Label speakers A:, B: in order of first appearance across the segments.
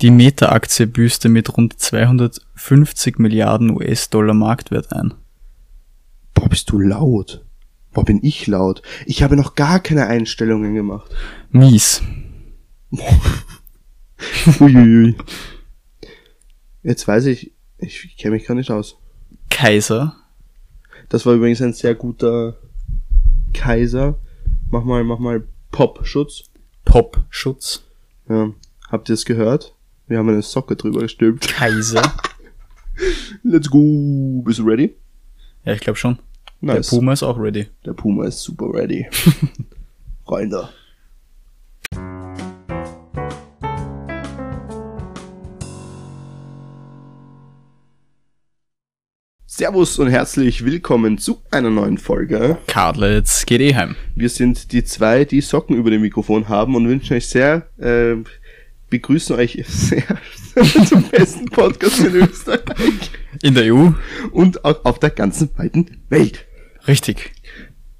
A: Die Meta-Aktie büßte mit rund 250 Milliarden US-Dollar Marktwert ein.
B: Boah, bist du laut. Boah, bin ich laut. Ich habe noch gar keine Einstellungen gemacht.
A: Mies.
B: Uiuiui. Jetzt weiß ich, ich kenne mich gar nicht aus.
A: Kaiser.
B: Das war übrigens ein sehr guter Kaiser. Mach mal, mach mal Popschutz.
A: Popschutz.
B: Ja. Habt ihr es gehört? Wir haben eine Socke drüber gestülpt.
A: Kaiser.
B: Let's go. Bist du ready?
A: Ja, ich glaube schon.
B: Nice.
A: Der Puma ist auch ready.
B: Der Puma ist super ready. Rein da. Servus und herzlich willkommen zu einer neuen Folge.
A: Cardlets geht eh heim.
B: Wir sind die zwei, die Socken über dem Mikrofon haben und wünschen euch sehr, äh, begrüßen euch sehr zum besten Podcast in Österreich
A: In der E EU?
B: und auch auf der ganzen weiten Welt.
A: Richtig.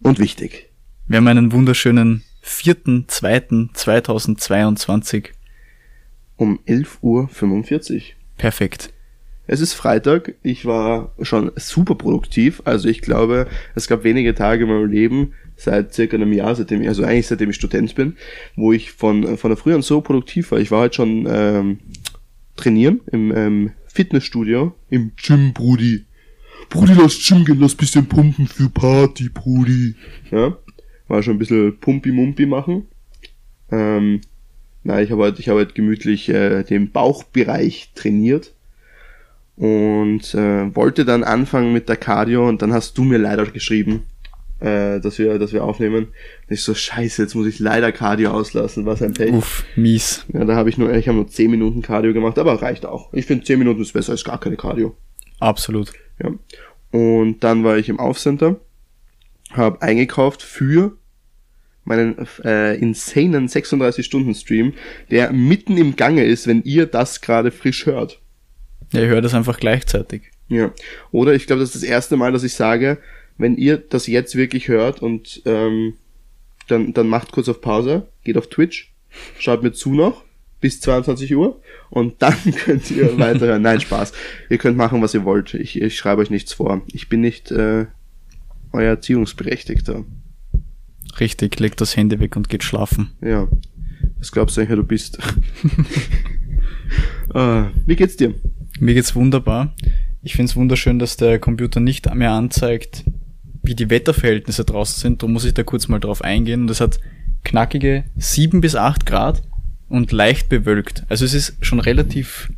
B: Und wichtig,
A: Wir haben einen wunderschönen 4.2.2022.
B: um 11.45 Uhr.
A: Perfekt.
B: Es ist Freitag, ich war schon super produktiv, also ich glaube, es gab wenige Tage in meinem Leben seit circa einem Jahr, seitdem ich, also eigentlich seitdem ich Student bin, wo ich von, von der Früh an so produktiv war. Ich war halt schon ähm, trainieren im ähm, Fitnessstudio, im Gym, Brudi. Brudi, lass Gym gehen, lass bisschen pumpen für Party, Brudi. Ja, war schon ein bisschen Pumpi-Mumpi machen. Ähm, nein, ich habe halt, ich habe halt gemütlich äh, den Bauchbereich trainiert und äh, wollte dann anfangen mit der Cardio und dann hast du mir leider geschrieben, äh, dass wir, dass wir aufnehmen. Und ich so Scheiße, jetzt muss ich leider Cardio auslassen, was ein Pech.
A: Uff, mies.
B: Ja, da habe ich nur, ich habe nur 10 Minuten Cardio gemacht, aber reicht auch. Ich finde 10 Minuten ist besser als gar keine Cardio.
A: Absolut.
B: Ja. Und dann war ich im Aufcenter, habe eingekauft für meinen äh, insanen 36-Stunden-Stream, der mitten im Gange ist, wenn ihr das gerade frisch hört.
A: Ja, ich höre das einfach gleichzeitig.
B: Ja. Oder ich glaube, das ist das erste Mal, dass ich sage, wenn ihr das jetzt wirklich hört und ähm, dann, dann macht kurz auf Pause, geht auf Twitch, schaut mir zu noch bis 22 Uhr und dann könnt ihr weiterhören. Nein, Spaß. Ihr könnt machen, was ihr wollt. Ich, ich schreibe euch nichts vor. Ich bin nicht äh, euer Erziehungsberechtigter.
A: Richtig, legt das Handy weg und geht schlafen.
B: Ja. Was glaubst du eigentlich, wer du bist? äh, wie geht's dir?
A: Mir geht's wunderbar. Ich find's wunderschön, dass der Computer nicht mehr anzeigt, wie die Wetterverhältnisse draußen sind. Darum muss ich da kurz mal drauf eingehen. Und es hat knackige 7 bis 8 Grad und leicht bewölkt. Also es ist schon relativ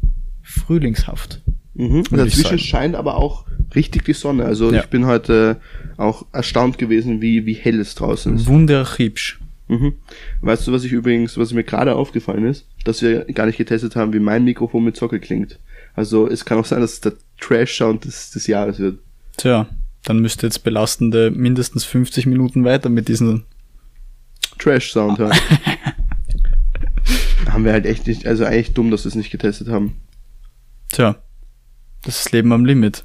A: frühlingshaft.
B: Mhm.
A: Würde ich
B: Dazwischen
A: sagen.
B: scheint aber auch richtig die Sonne. Also
A: Ja.
B: ich bin heute auch erstaunt gewesen, wie, wie hell es draußen ist.
A: Wunderhübsch.
B: Mhm. Weißt du, was ich übrigens, was mir gerade aufgefallen ist, dass wir gar nicht getestet haben, wie mein Mikrofon mit Socke klingt. Also es kann auch sein, dass es der Trash-Sound des, des Jahres wird.
A: Tja, dann müsst ihr jetzt belastende mindestens 50 Minuten weiter mit diesen...
B: Trash-Sound hören. haben wir halt echt nicht, also eigentlich dumm, dass wir es nicht getestet haben.
A: Tja, das ist Leben am Limit.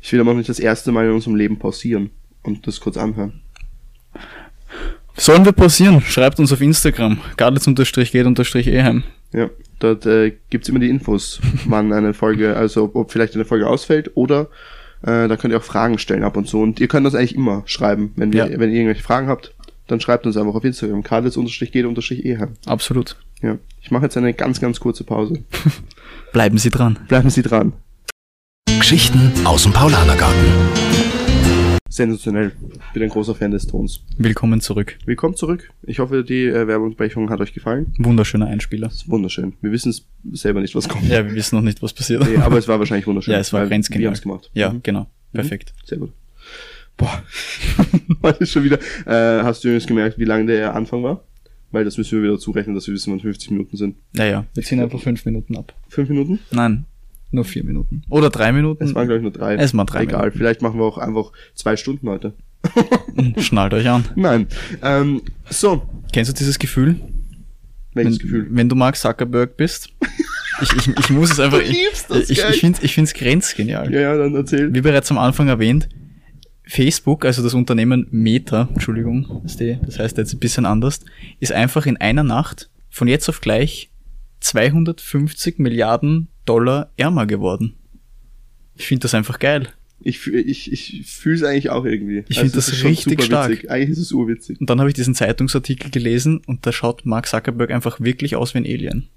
B: Ich will aber auch nicht das erste Mal in unserem Leben pausieren und das kurz anhören.
A: Sollen wir pausieren? Schreibt uns auf Instagram. Garlitz-geht-eheim.
B: Ja, dort äh, gibt's immer die Infos, wann eine Folge, also ob, ob vielleicht eine Folge ausfällt oder äh, da könnt ihr auch Fragen stellen ab und zu. Und ihr könnt das eigentlich immer schreiben, wenn, wir,
A: Ja.
B: wenn ihr irgendwelche Fragen habt, dann schreibt uns einfach auf Instagram. Karlitz-geht-eheim.
A: Absolut.
B: Ja, ich mache jetzt eine ganz, ganz kurze Pause.
A: Bleiben Sie dran.
B: Bleiben Sie dran.
C: Geschichten aus dem Paulanergarten.
B: Sensationell. Bin ein großer Fan des Tons.
A: Willkommen zurück.
B: Willkommen zurück. Ich hoffe, die äh, Werbungsbrechung hat euch gefallen.
A: Wunderschöner Einspieler.
B: Ist wunderschön. Wir wissen es selber nicht, was kommt.
A: Ja, wir wissen noch nicht, was passiert.
B: Nee, aber es war wahrscheinlich wunderschön.
A: ja, es war
B: weil
A: grenzgenial.
B: Wir haben's gemacht.
A: Ja,
B: Mhm.
A: genau. Perfekt.
B: Sehr gut. Boah, heute schon wieder. Äh, hast du übrigens gemerkt, wie lang der Anfang war? Weil das müssen wir wieder zurechnen, dass wir wissen, wann 50 Minuten sind.
A: Naja, wir ziehen einfach fünf Minuten ab.
B: Fünf Minuten?
A: Nein, nur vier Minuten. Oder drei Minuten.
B: Es waren, glaube ich, nur drei.
A: Es waren drei
B: Egal,
A: Minuten.
B: vielleicht machen wir auch einfach zwei Stunden heute.
A: Hm, Schnallt euch an.
B: Nein. Ähm, so,
A: Kennst du dieses Gefühl?
B: welches
A: wenn,
B: Gefühl?
A: Wenn du Mark Zuckerberg bist. ich, ich, ich muss es einfach.
B: Du liebst das,
A: ich ich,
B: gell?
A: ich finde es ich find's grenzgenial.
B: Ja, ja, dann erzähl.
A: Wie bereits am Anfang erwähnt, Facebook, also das Unternehmen Meta, Entschuldigung, SD, das heißt jetzt ein bisschen anders, ist einfach in einer Nacht von jetzt auf gleich 250 Milliarden Dollar ärmer geworden. Ich finde das einfach geil.
B: Ich, fühl- ich, ich fühle es eigentlich auch irgendwie.
A: Ich find
B: es
A: das
B: ist schon
A: richtig stark.
B: Witzig. Eigentlich ist es urwitzig.
A: Und dann habe ich diesen Zeitungsartikel gelesen und da schaut Mark Zuckerberg einfach wirklich aus wie ein Alien.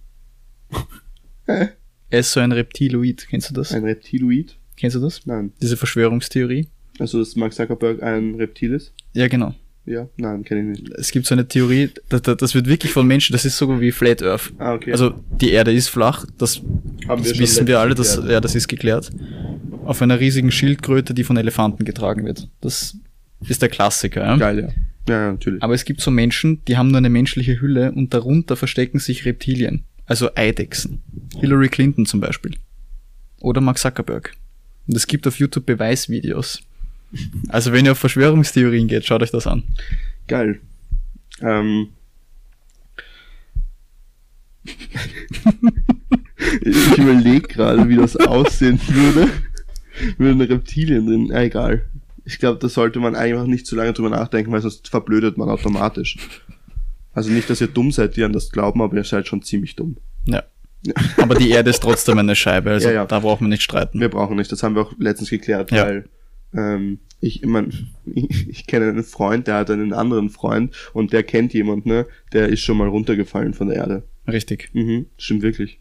B: Hä?
A: Er ist so ein Reptiloid. Kennst du das?
B: Ein Reptiloid?
A: Kennst du das?
B: Nein.
A: Diese Verschwörungstheorie?
B: Also, dass Mark Zuckerberg ein Reptil ist?
A: Ja, genau.
B: Ja? Nein, kenne ich nicht.
A: Es gibt so eine Theorie, da, da, das wird wirklich von Menschen, das ist so wie Flat Earth.
B: Ah, okay.
A: Also die Erde ist flach, das,
B: Haben wir
A: das
B: schon
A: wissen wir alle, das,
B: geklärt.
A: ja, das ist geklärt. Auf einer riesigen Schildkröte, die von Elefanten getragen wird. Das ist der Klassiker. Ja?
B: Geil, ja. Ja, ja, natürlich.
A: Aber es gibt so Menschen, die haben nur eine menschliche Hülle und darunter verstecken sich Reptilien, also Eidechsen. Hillary Clinton zum Beispiel. Oder Mark Zuckerberg. Und es gibt auf YouTube Beweisvideos. Also wenn ihr auf Verschwörungstheorien geht, schaut euch das an.
B: Geil. Ähm. ich überlege gerade, wie das aussehen würde. Mit einem Reptilien drin. Ah, egal. Ich glaube, da sollte man einfach nicht zu lange drüber nachdenken, weil sonst verblödet man automatisch. Also nicht, dass ihr dumm seid, die an das glauben, aber ihr seid schon ziemlich dumm.
A: Ja. Aber die Erde ist trotzdem eine Scheibe, also
B: Ja, ja.
A: da brauchen wir nicht streiten.
B: Wir brauchen nicht, das haben wir auch letztens geklärt,
A: Ja.
B: weil ähm, ich, ich, mein, ich, ich kenne einen Freund, der hat einen anderen Freund und der kennt jemanden, ne? der ist schon mal runtergefallen von der Erde.
A: Richtig.
B: Mhm, stimmt wirklich.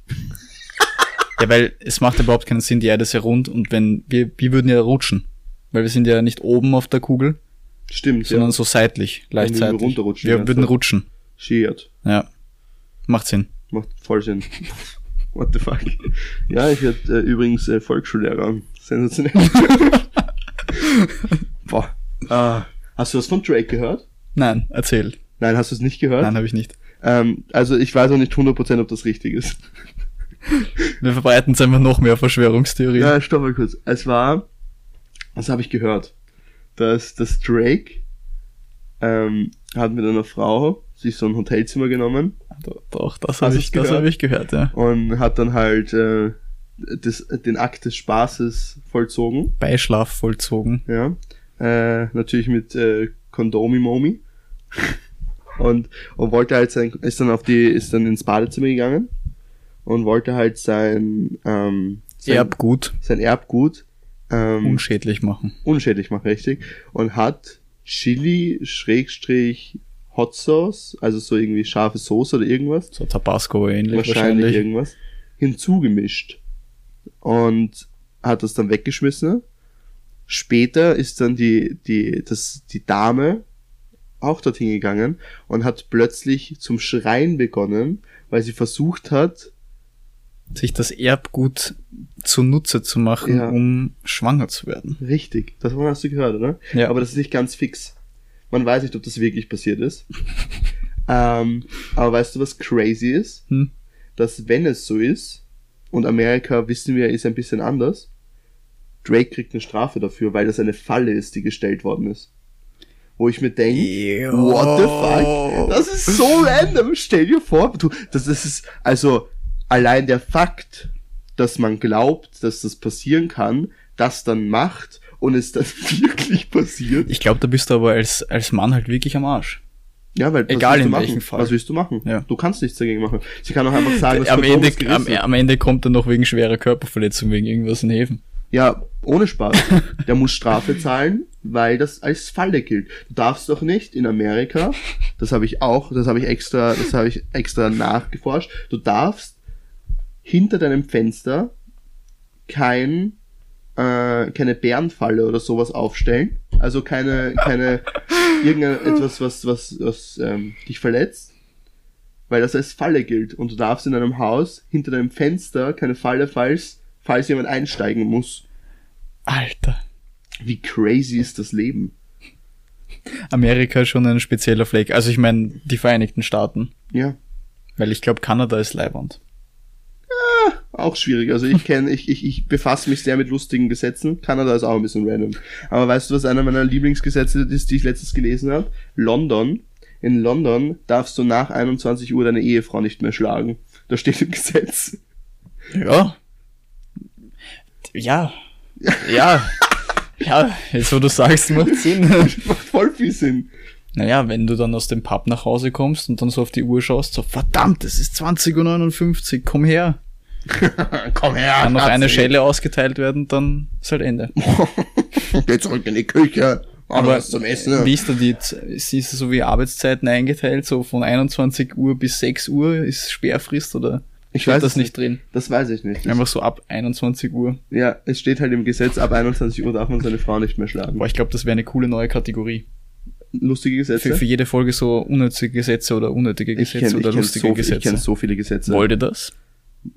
A: Ja, weil es macht überhaupt keinen Sinn, die Erde ist ja rund und wenn wir, wir würden ja rutschen. Weil wir sind ja nicht oben auf der Kugel,
B: Stimmt,
A: sondern
B: ja.
A: so seitlich,
B: würden wir
A: gleichzeitig.
B: runterrutschen,
A: wir
B: meinst
A: würden
B: du?
A: rutschen.
B: Shit.
A: Ja. Macht Sinn.
B: Macht voll Sinn. What the fuck? Ja, ich werde äh, übrigens äh, Volksschullehrer. Sensationell. Boah. Ah, hast du das von Drake gehört?
A: Nein, erzähl.
B: Nein, hast du es nicht gehört?
A: Nein, habe ich nicht.
B: Ähm, also ich weiß auch nicht 100% ob das richtig ist.
A: Wir verbreiten jetzt einfach noch mehr Verschwörungstheorien.
B: Ja, stopp mal kurz. Es war, was habe ich gehört? Dass, dass Drake ähm, hat mit einer Frau sich so ein Hotelzimmer genommen
A: Doch, das
B: Hast
A: habe
B: du's
A: ich, das
B: gehört?
A: hab ich gehört, ja.
B: und hat dann halt äh, das, den Akt des Spaßes vollzogen.
A: Beischlaf vollzogen.
B: Ja. Äh, natürlich mit äh, Kondomimomi. Und, und wollte halt sein, ist dann auf die, ist dann ins Badezimmer gegangen und wollte halt sein, ähm, sein,
A: Erbgut
B: sein Erbgut ähm,
A: unschädlich machen.
B: unschädlich machen, richtig. Und hat Chili Schrägstrich Hot Sauce, also so irgendwie scharfe Soße oder irgendwas,
A: So Tabasco ähnlich
B: wahrscheinlich,
A: wahrscheinlich.
B: irgendwas, hinzugemischt. Und hat das dann weggeschmissen. Später ist dann die, die, das, die Dame auch dorthin gegangen und hat plötzlich zum Schreien begonnen, weil sie versucht hat,
A: Sich das Erbgut zunutze zu machen,
B: Ja.
A: um schwanger zu werden.
B: Richtig, das hast du gehört, oder?
A: Ja.
B: Aber das ist nicht ganz fix. Man weiß nicht, ob das wirklich passiert ist. ähm, aber weißt du, was crazy ist?
A: Hm?
B: Dass wenn es so ist, und Amerika, wissen wir, ist ein bisschen anders, Drake kriegt eine Strafe dafür, weil das eine Falle ist, die gestellt worden ist. Wo ich mir denke,
A: Ew.
B: what the fuck? Das ist so random. Stell dir vor, du, das, das ist, also, allein der Fakt, dass man glaubt, dass das passieren kann, das dann macht und es dann wirklich passiert.
A: Ich glaube, da bist du aber als, als Mann halt wirklich am Arsch.
B: Ja, weil was
A: Egal
B: willst du
A: in
B: machen?
A: welchem Fall.
B: Was willst du machen?
A: Ja.
B: Du kannst nichts dagegen machen. Sie kann auch einfach sagen, das
A: am,
B: Kondom
A: Ende,
B: ist gerissen.
A: am, am Ende kommt er noch wegen schwerer Körperverletzung, wegen irgendwas in Häfen.
B: Ja, ohne Spaß. Der muss Strafe zahlen, weil das als Falle gilt. Du darfst doch nicht in Amerika, das habe ich auch, das habe ich extra, das habe ich extra nachgeforscht. Du darfst hinter deinem Fenster kein äh, keine Bärenfalle oder sowas aufstellen. Also keine, keine, irgendetwas, was, was, was ähm, dich verletzt. Weil das als Falle gilt. Und du darfst in deinem Haus hinter deinem Fenster keine Falle, falls, falls jemand einsteigen muss.
A: Alter.
B: Wie crazy ist das Leben?
A: Amerika ist schon ein spezieller Fleck. Also ich meine, die Vereinigten Staaten.
B: Ja,
A: Weil ich glaube, Kanada ist Leibwand.
B: auch schwierig. Also ich kenne, ich, ich, ich befasse mich sehr mit lustigen Gesetzen. Kanada ist auch ein bisschen random. Aber weißt du, was einer meiner Lieblingsgesetze ist, die ich letztens gelesen habe? London. In London darfst du nach 21 Uhr deine Ehefrau nicht mehr schlagen. Das steht im Gesetz.
A: Ja. Ja. Ja. Ja, jetzt wo du sagst, macht Sinn.
B: Macht voll viel Sinn.
A: Naja, wenn du dann aus dem Pub nach Hause kommst und dann so auf die Uhr schaust, so verdammt, es ist 20.59 Uhr, komm her.
B: Komm her,
A: Kann noch eine
B: Schatzi.
A: Schelle ausgeteilt werden, dann ist halt Ende.
B: Geh zurück in die Küche. Mach noch was zum Essen.
A: wie ist da die, Z- ist ist es so wie Arbeitszeiten eingeteilt, so von 21 Uhr bis 6 Uhr ist Sperrfrist oder
B: ich
A: steht
B: weiß
A: das
B: es
A: nicht drin?
B: Das weiß ich nicht.
A: Einfach so ab 21 Uhr.
B: ja, es steht halt im Gesetz, ab 21 Uhr darf man seine Frau nicht mehr schlagen.
A: Boah, ich glaube, das wäre eine coole neue Kategorie.
B: Lustige Gesetze.
A: Für, für jede Folge so unnützige Gesetze oder unnötige
B: ich
A: Gesetze
B: kenne
A: oder
B: kenn
A: lustige
B: so, viel- ich kenn
A: Gesetze.
B: so viele Gesetze.
A: Wollt ihr das?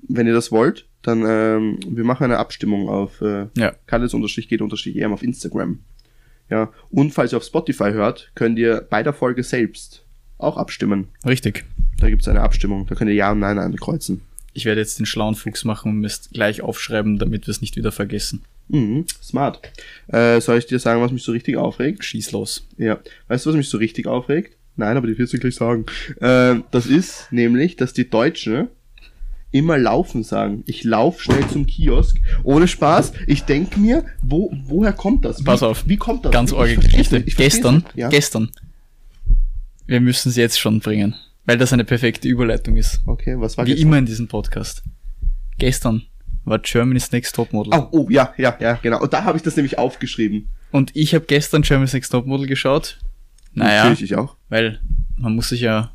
B: Wenn ihr das wollt, dann ähm, wir machen eine Abstimmung auf äh,
A: Ja.
B: kalles unterstrich geht unterstrich EM auf Instagram. Ja, und falls ihr auf Spotify hört, könnt ihr bei der Folge selbst auch abstimmen.
A: Richtig.
B: Da gibt es eine Abstimmung, da könnt ihr Ja und Nein ankreuzen.
A: Ich werde jetzt den schlauen Fuchs machen und müsst gleich aufschreiben, damit wir es nicht wieder vergessen.
B: Mhm, smart. Äh, soll ich dir sagen, was mich so richtig aufregt?
A: Schieß los.
B: Ja. Weißt du, was mich so richtig aufregt? Nein, aber die wirst du gleich sagen. Äh, das ist nämlich, dass die Deutschen immer laufen sagen. Ich lauf schnell zum Kiosk. Ohne Spaß. Ich denk mir, wo, woher kommt das? Wie,
A: Pass auf.
B: Wie kommt das?
A: Ganz
B: Ich
A: orge
B: versteh's
A: Geschichte.
B: nicht, ich versteh's
A: Gestern,
B: nicht. Ja.
A: gestern. Wir müssen es jetzt schon bringen, weil das eine perfekte Überleitung ist.
B: Okay, was war
A: Wie
B: gestern?
A: immer in diesem Podcast. Gestern war Germany's Next Topmodel.
B: Oh, oh, ja, ja, ja, genau. Und da habe ich das nämlich aufgeschrieben.
A: Und ich habe gestern Germany's Next Topmodel geschaut. Naja,
B: Natürlich ich auch.
A: weil man muss sich ja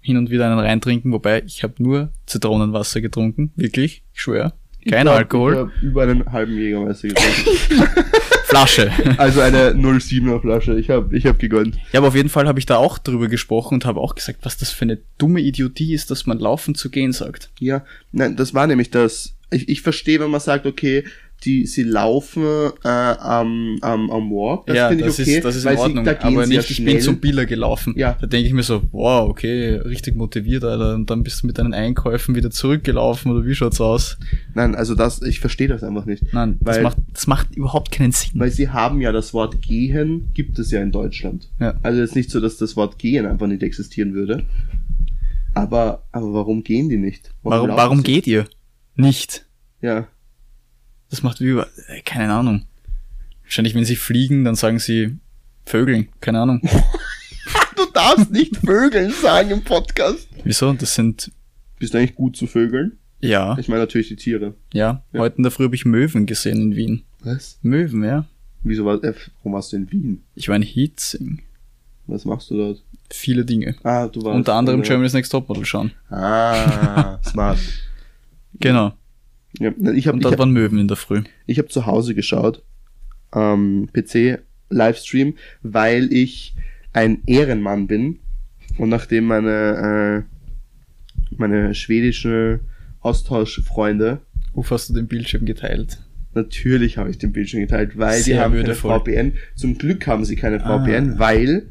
A: hin und wieder einen reintrinken, wobei ich habe nur Zitronenwasser getrunken, wirklich, ich schwöre. Kein
B: Ich hab-
A: Alkohol,
B: Ich hab über einen halben Jägermeister getrunken.
A: Flasche.
B: also eine 07er Flasche. Ich habe ich hab gegönnt.
A: Ja, aber auf jeden Fall habe ich da auch drüber gesprochen und habe auch gesagt, was das für eine dumme Idiotie ist, dass man laufen zu gehen sagt.
B: Ja, nein, das war nämlich das. Ich, ich verstehe, wenn man sagt, okay, die, sie laufen äh, am, am, am Walk. Das
A: ja,
B: finde ich
A: das
B: okay.
A: ist, das ist
B: weil
A: in Ordnung,
B: Sie, da gehen
A: aber
B: sie ja
A: nicht, ich bin
B: schnell.
A: zum Biller gelaufen.
B: Ja.
A: Da denke ich mir so, wow, okay, richtig motiviert, Alter. Und dann bist du mit deinen Einkäufen wieder zurückgelaufen oder wie schaut's aus?
B: Nein, also das, ich verstehe das einfach nicht.
A: Nein, das,
B: Weil-
A: macht, das macht überhaupt keinen Sinn.
B: Weil sie haben ja das Wort gehen, gibt es ja in Deutschland.
A: Ja.
B: Also es ist nicht so, dass das Wort gehen einfach nicht existieren würde. Aber, aber warum gehen die nicht?
A: warum
B: laufen
A: warum
B: sie?
A: geht ihr? Nicht.
B: Ja.
A: Das macht über, äh, keine Ahnung. Wahrscheinlich, wenn sie fliegen, dann sagen sie Vögeln, keine Ahnung.
B: Du darfst nicht Vögeln sagen im Podcast.
A: Wieso? Das sind,
B: Bist du eigentlich gut zu Vögeln?
A: ja,
B: Ich meine natürlich die Tiere.
A: ja.
B: Ja.
A: Heute in der Früh habe ich Möwen gesehen in Wien.
B: Was?
A: Möwen, ja.
B: Wieso war, äh, warum warst du in Wien?
A: Ich war in Hietzing.
B: Was machst du dort?
A: Viele Dinge.
B: Ah, du warst.
A: Unter anderem
B: äh,
A: Germany's Next Topmodel schauen.
B: Ah, smart.
A: Genau.
B: Ja, nein, ich habe
A: Und
B: ich
A: da
B: hab,
A: waren Möwen in der Früh.
B: ich hab zu Hause geschaut, ähm, PC Livestream, weil ich ein Ehrenmann bin und nachdem meine äh, meine schwedische Austauschfreunde
A: Uff, hast du den Bildschirm geteilt?
B: Natürlich habe ich den Bildschirm geteilt, weil die
A: Sehr
B: haben
A: würdevoll.
B: keine VPN. Zum Glück haben sie keine
A: Ah.
B: VPN, weil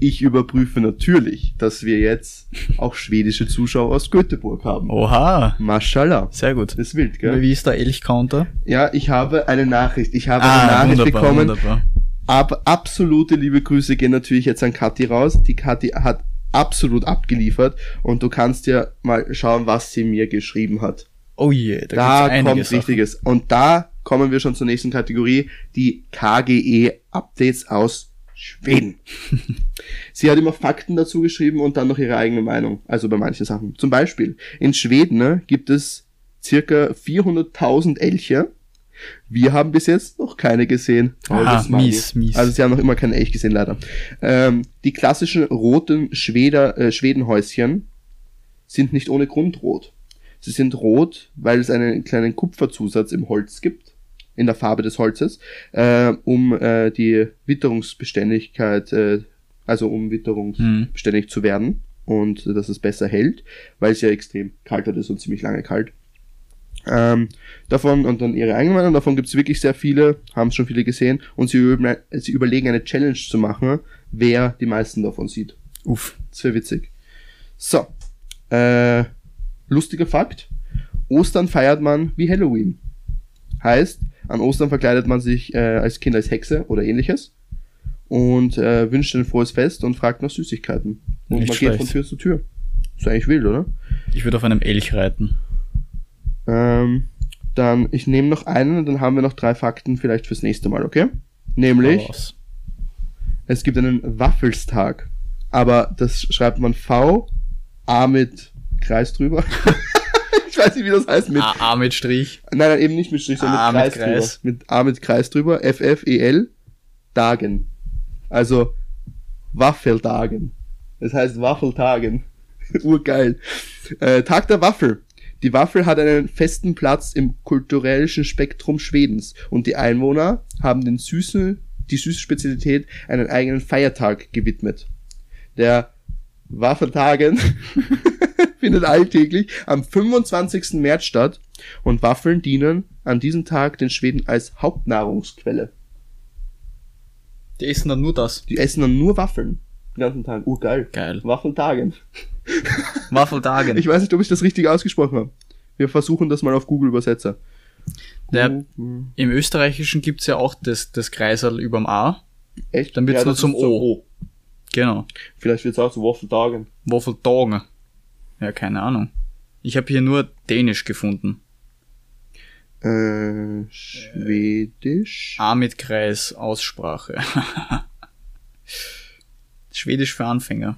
B: ich überprüfe natürlich, dass wir jetzt auch schwedische Zuschauer aus Göteborg haben.
A: Oha.
B: Maschallah.
A: Sehr gut.
B: Das ist wild, gell?
A: Wie ist der Elch-Counter?
B: Ja, ich habe eine Nachricht. Ich habe eine Nachricht bekommen.
A: Ah, wunderbar.
B: Ab, absolute liebe Grüße gehen natürlich jetzt an Kathi raus. Die Kathi hat absolut abgeliefert und du kannst ja mal schauen, was sie mir geschrieben hat.
A: Oh je, da,
B: Da,
A: gibt's einige
B: kommt
A: Sachen.
B: Wichtiges. Und da kommen wir schon zur nächsten Kategorie, die KGE-Updates aus Schweden. Sie hat immer Fakten dazu geschrieben und dann noch ihre eigene Meinung, also bei manchen Sachen. Zum Beispiel, in Schweden ne, gibt es circa 400.000 Elche. Wir haben bis jetzt noch keine gesehen.
A: Aha,
B: das mag ich.
A: mies, mies.
B: Also sie haben noch immer keinen Elch gesehen, leider. Ähm, die klassischen roten Schweder, äh, Schwedenhäuschen sind nicht ohne Grund rot. Sie sind rot, weil es einen kleinen Kupferzusatz im Holz gibt, in der Farbe des Holzes, äh, um äh, die Witterungsbeständigkeit, äh, also um
A: Hm.
B: witterungsbeständig zu werden und dass es besser hält, weil es ja extrem kalt hat, ist und ziemlich lange kalt. Ähm, davon und dann ihre eigenen Meinung, davon gibt es wirklich sehr viele, haben schon viele gesehen und sie, üben, sie überlegen eine Challenge zu machen, wer die meisten davon sieht.
A: Uff.
B: Das wäre witzig. So. Äh, lustiger Fakt. Ostern feiert man wie Halloween. Heißt, an Ostern verkleidet man sich äh, als Kind als Hexe oder ähnliches und äh, wünscht ein frohes Fest und fragt nach Süßigkeiten. Und
A: Nicht
B: man
A: schlecht.
B: geht von Tür zu Tür. Ist eigentlich wild, oder?
A: Ich würde auf einem Elch reiten.
B: Ähm, dann, ich nehme noch einen und dann haben wir noch drei Fakten vielleicht fürs nächste Mal, okay? Nämlich,
A: Raus.
B: es gibt einen Waffelstag. aber das schreibt man V, A mit Kreis drüber. ich weiß nicht, wie das heißt mit.
A: A, A Ah, mit Strich.
B: Nein, nein, eben nicht mit Strich, sondern
A: A Ah,
B: mit,
A: mit
B: Kreis
A: Kreis.
B: drüber. Mit A mit Kreis drüber. F F E L Dagen. Also Waffeldagen. Das heißt Waffeltagen. Urgeil. Äh, Tag der Waffel. Die Waffel hat einen festen Platz im kulturellen Spektrum Schwedens und die Einwohner haben den süßen, die süße Spezialität einen eigenen Feiertag gewidmet. Der Waffeltagen findet alltäglich am 25. März statt und Waffeln dienen an diesem Tag den Schweden als Hauptnahrungsquelle.
A: Die essen dann nur das.
B: Die essen dann nur Waffeln den ganzen Tag. Oh, geil.
A: Geil.
B: Waffeltagen.
A: Waffeltagen.
B: Ich weiß nicht, ob ich das richtig ausgesprochen habe. Wir versuchen das mal auf Google Übersetzer. Uh,
A: Der,
B: Google-
A: Im Österreichischen gibt's ja auch das, das Kreisel überm A.
B: Echt?
A: Dann wird's nur
B: das
A: zum
B: ist so-
A: O. Genau.
B: Vielleicht wird's auch zu Waffeltagen.
A: Waffeltagen. Ja, keine Ahnung. Ich habe hier nur Dänisch gefunden.
B: Äh, Schwedisch.
A: A mit Kreis, Aussprache. Schwedisch für Anfänger.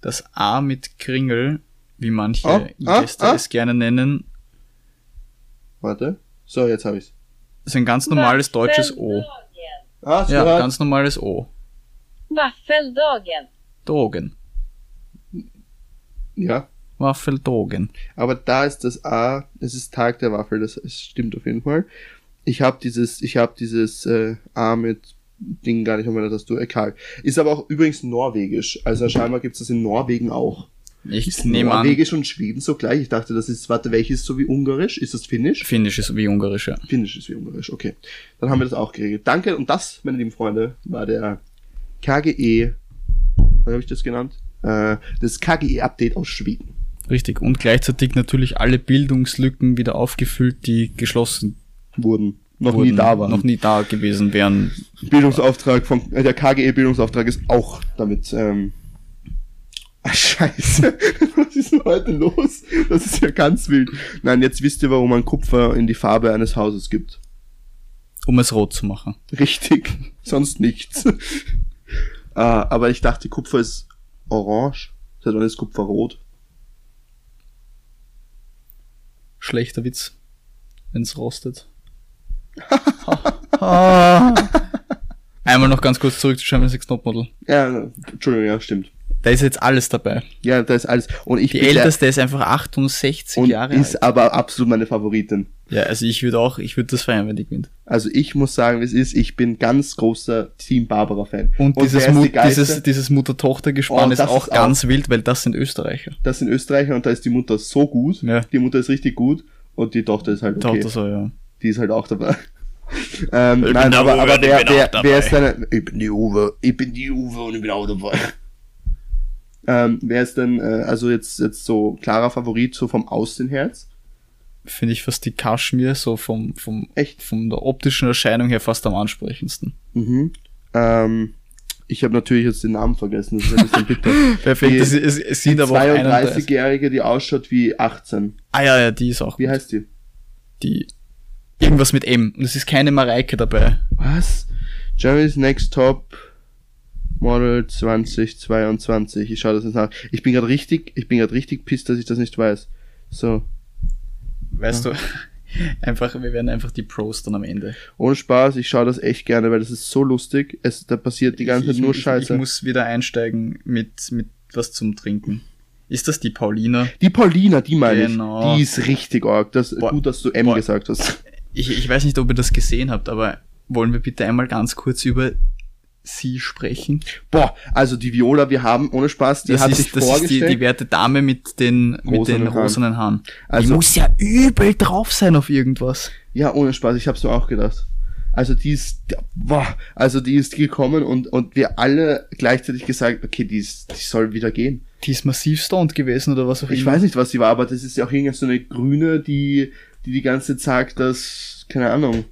A: Das A mit Kringel, wie manche
B: Ah, ah,
A: Gäste
B: ah.
A: es gerne nennen,
B: Warte. So, jetzt habe ich's.
A: ist ein ganz normales deutsches O.
D: Waffeldagen.
B: Ah, so
A: Ja,
B: ja,
A: ganz normales O.
D: Waffeldagen.
A: Drogen.
B: ja.
A: Waffeldogen.
B: Aber da ist das A, es ist Tag der Waffel, das das stimmt auf jeden Fall. Ich habe dieses, ich habe dieses äh, A mit Ding gar nicht auf meiner Tastatur, egal. Ist aber auch übrigens norwegisch. Also scheinbar gibt's das in Norwegen auch.
A: Ich nehme an,
B: norwegisch und Schweden so gleich. Ich dachte, das ist, warte, welches so wie Ungarisch? Ist das Finnisch?
A: Finnisch ist wie Ungarisch, ja.
B: Finnisch ist wie Ungarisch, okay. Dann haben wir das auch geregelt. Danke und das, meine lieben Freunde, war der KGE, wie habe ich das genannt? Äh, das KGE-Update aus Schweden.
A: Richtig. Und gleichzeitig natürlich alle Bildungslücken wieder aufgefüllt, die geschlossen
B: Wurden. Noch
A: wurden,
B: nie da waren.
A: noch nie da gewesen wären.
B: Bildungsauftrag von, äh, der KGE-Bildungsauftrag ist auch damit, ähm, Ah, Scheiße, was ist denn heute los? Das ist ja ganz wild. Nein, jetzt wisst ihr, warum man Kupfer in die Farbe eines Hauses gibt.
A: Um es rot zu machen.
B: Richtig, sonst nichts. ah, aber ich dachte, Kupfer ist orange. Seit wann ist Kupfer rot?
A: Schlechter Witz, wenn's rostet. Einmal noch ganz kurz zurück zu German Six Topmodel.
B: Ja, Entschuldigung, ja, stimmt.
A: Da ist jetzt alles dabei.
B: Ja, da ist alles. Und ich
A: Die
B: bin der-
A: älteste ist einfach 68
B: und
A: Jahre
B: ist
A: alt.
B: aber absolut meine Favoritin.
A: Ja, also ich würde auch, ich würde das feiern, wenn die gewinnt.
B: Also ich muss sagen, wie es ist, ich bin ganz großer Team Barbara-Fan.
A: Und, dieses,
B: wer ist die
A: Mut,
B: Geilste?
A: dieses, dieses Mutter-Tochter-Gespann
B: Oh,
A: ist
B: das
A: auch
B: ist auch-
A: ganz wild, weil das sind Österreicher.
B: das sind Österreicher und da ist die Mutter so gut.
A: Ja.
B: Die Mutter ist richtig gut und die Tochter ist halt okay.
A: Tochter so, ja.
B: Die ist halt auch dabei. Ähm,
E: bin
B: nein,
E: der
B: aber,
E: Uwe,
B: aber
E: ich
B: wer,
E: bin auch
B: wer,
E: dabei.
B: wer ist deine... Ich bin die Uwe, ich bin die Uwe und ich bin auch dabei. ähm, wer ist denn, äh, also jetzt, jetzt so klarer Favorit, so vom Aussehen her? jetzt?
A: Finde ich fast die Kaschmir so vom, vom,
B: Echt?
A: von der optischen Erscheinung her fast am ansprechendsten.
B: Mhm. Ähm, ich habe natürlich jetzt den Namen vergessen, das ist ein bisschen bitter.
A: Perfekt,
B: Die-
A: es, es, es sind
B: Die
A: aber auch 31.
B: 32-Jährige, die ausschaut wie 18.
A: Ah ja, ja, die ist auch
B: Wie
A: gut.
B: heißt die?
A: die irgendwas mit M. Und es ist keine Mareike dabei.
B: Was? Jeremy's Next Top Model 2022. Ich schaue das jetzt nach. Ich bin gerade richtig, ich bin gerade richtig pisst, dass ich das nicht weiß. So.
A: Weißt du? Einfach, wir werden einfach die Pros dann am Ende.
B: Ohne Spaß, ich schaue das echt gerne, weil das ist so lustig. Es, da passiert die ganze
A: ich,
B: Zeit nur
A: ich,
B: Scheiße.
A: Ich muss wieder einsteigen mit, mit was zum Trinken. Ist das die Paulina?
B: die Paulina, die meine
A: Genau.
B: ich. Die ist richtig arg. Das,
A: Boah.
B: gut, dass du M
A: Boah.
B: gesagt hast.
A: Ich, ich weiß nicht, ob ihr das gesehen habt, aber wollen wir bitte einmal ganz kurz über sie sprechen?
B: Boah, also die Viola, wir haben, ohne Spaß, die
A: das
B: hat
A: ist,
B: sich
A: das ist die,
B: vorgestellt.
A: die werte Dame mit den, mit den
B: Rosanen Haaren.
A: rosanen Haaren. die
B: Also-
A: muss ja übel drauf sein auf irgendwas.
B: Ja, ohne Spaß, ich hab's mir auch gedacht. Also die ist, boah, also die ist gekommen und, und wir alle gleichzeitig gesagt, okay, die, ist, die soll wieder gehen.
A: Die ist massiv stoned gewesen oder was auch
B: Ich
A: immer.
B: weiß nicht, was sie war, aber das ist ja auch irgendeine so eine Grüne, die, die die ganze Zeit sagt, dass, keine Ahnung,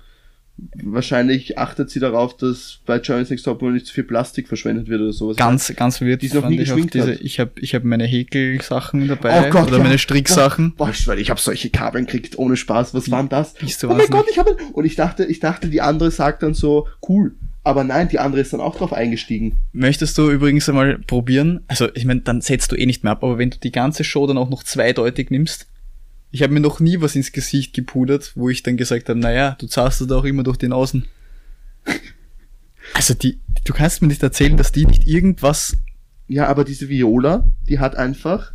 B: wahrscheinlich achtet sie darauf, dass bei Germany's Next Topmodel nicht zu viel Plastik verschwendet wird oder sowas.
A: ganz, ganz wild.
B: Die ist noch
A: fand
B: nie
A: ich auch
B: geschminkt
A: diese,
B: hat.
A: Ich habe ich hab meine Häkelsachen dabei oder
B: Oh ja.
A: meine Stricksachen.
B: Boah, boah, ich schwöre, ich habe solche Kabeln gekriegt, ohne Spaß. Was waren das?
A: bist du
B: oh mein
A: wahnsinnig?
B: Gott, ich habe und ich dachte, ich dachte, die andere sagt dann so cool, Aber nein, die andere ist dann auch drauf eingestiegen.
A: Möchtest du übrigens einmal probieren? Also, ich meine, dann setzt du eh nicht mehr ab, aber wenn du die ganze Show dann auch noch zweideutig nimmst, ich habe mir noch nie was ins Gesicht gepudert, wo ich dann gesagt habe, naja, du zahlst da auch immer durch den Außen. Also die, du kannst mir nicht erzählen, dass die nicht irgendwas.
B: Ja, aber diese Viola, die hat einfach,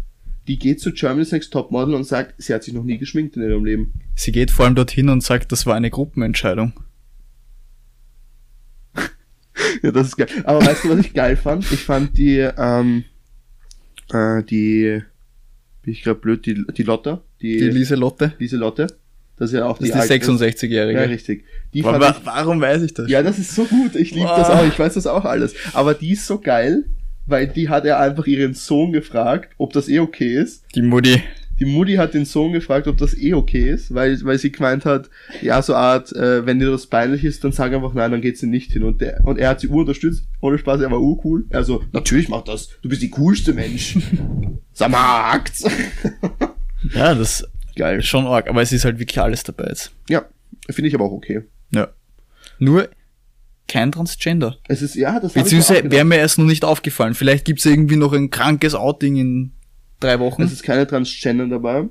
B: die geht zu Germany's Next Topmodel und sagt, sie hat sich noch nie geschminkt in ihrem Leben.
A: Sie geht vor allem dorthin und sagt, das war eine Gruppenentscheidung.
B: Ja, das ist geil. Aber weißt du, was ich geil fand? Ich fand die, ähm, äh, die, bin ich gerade blöd, die, die Lotta, die,
A: Die Lieselotte,
B: diese Lotte, das ist ja auch
A: das ist die
B: alte- Ja,
A: 66-Jährige.
B: richtig. Die
A: Wa-
B: fand
A: wa- warum weiß ich das?
B: ich, ja, das ist so gut. Ich liebe das
A: Wow.
B: auch. Ich weiß das auch alles. Aber die ist so geil, weil die hat ja einfach ihren Sohn gefragt, ob das eh okay ist.
A: Die Mutti.
B: Die Mutti hat den Sohn gefragt, ob das eh okay ist, weil, weil sie gemeint hat, ja, so Art, äh, wenn dir das peinlich ist, dann sag einfach nein, dann geht's dir nicht hin. Und, der, und er hat sie urunterstützt, ohne Spaß, er war urcool. Also, natürlich mach das, du bist die coolste Mensch. Sag mal, Hackt's.
A: Ja, das
B: Geil.
A: ist schon arg, aber es ist halt wirklich alles dabei jetzt.
B: Ja, finde ich aber auch okay.
A: Ja. Nur kein Transgender.
B: Es ist, ja, das hab ich mir auch
A: Beziehungsweise
B: gedacht.
A: wäre mir erst noch nicht aufgefallen. Vielleicht gibt's irgendwie noch ein krankes Outing in drei Wochen.
B: Es ist keine Transgender dabei.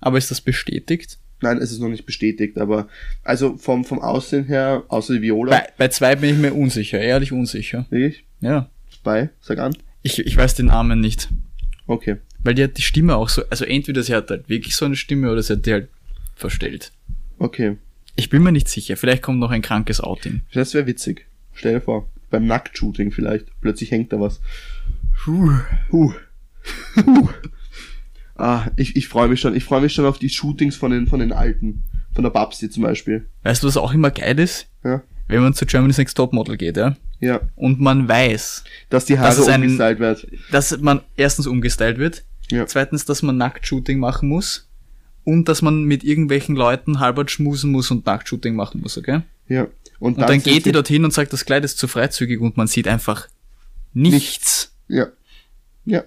A: aber ist das bestätigt?
B: Nein, es ist noch nicht bestätigt, aber also vom, vom Aussehen her, außer die Viola,
A: Bei, bei zwei bin ich mir unsicher, ehrlich unsicher.
B: wirklich,
A: Ja.
B: bei, sag an.
A: Ich, ich weiß den Namen nicht.
B: Okay.
A: Weil die hat die Stimme auch so, also entweder sie hat halt wirklich so eine Stimme oder sie hat die halt verstellt.
B: Okay.
A: Ich bin mir nicht sicher, vielleicht kommt noch ein krankes Outing.
B: Das wäre witzig. Stell dir vor. Beim Nacktshooting vielleicht. Plötzlich hängt da was.
A: Puh.
B: Huh. Huh. Ah, ich, ich freue mich schon. Ich freue mich schon auf die Shootings von den, von den Alten. Von der Babsi zum Beispiel.
A: Weißt du, was auch immer geil ist?
B: Ja.
A: Wenn man zu Germany's Next Topmodel geht, ja?
B: Ja.
A: Und man weiß,
B: Dass die
A: Das
B: Haare
A: ist ein-
B: umgestylt werden.
A: dass man erstens umgestylt wird,
B: Ja.
A: zweitens, dass man Nacktshooting machen muss und dass man mit irgendwelchen Leuten halbert schmusen muss und Nacktshooting machen muss, okay?
B: Ja. Und,
A: Und dann
B: sind
A: geht
B: sie-
A: die dorthin und sagt, das Kleid ist zu freizügig und man sieht einfach nichts.
B: Ja. Ja.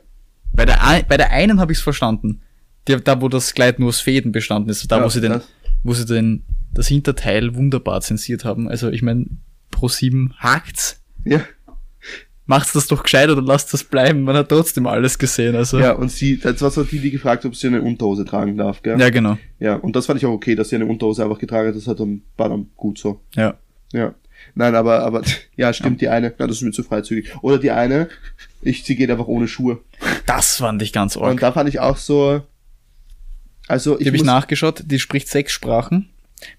A: Bei der, ein- bei der einen habe ich es verstanden. Die, da, wo das Kleid nur aus Fäden bestanden ist, da,
B: Ja,
A: wo, sie den,
B: das-
A: wo sie den, das Hinterteil wunderbar zensiert haben. Also, ich meine, Pro7 hakt's.
B: Ja.
A: Macht's das doch gescheit oder lasst das bleiben. Man hat trotzdem alles gesehen. Also,
B: Ja, und sie, das war so die, die gefragt, ob sie eine Unterhose tragen darf, gell?
A: ja genau.
B: Ja, und das fand ich auch okay, dass sie eine Unterhose einfach getragen hat. Das hat dann, war dann gut so.
A: Ja.
B: Ja. Nein, aber, aber, ja, stimmt, die eine, na, das ist mir zu freizügig. Oder die eine, ich, sie geht einfach ohne Schuhe.
A: Das fand ich ganz
B: Und
A: arg.
B: da fand ich auch so, also,
A: Die
B: ich,
A: habe ich
B: muss,
A: nachgeschaut. Die spricht sechs Sprachen.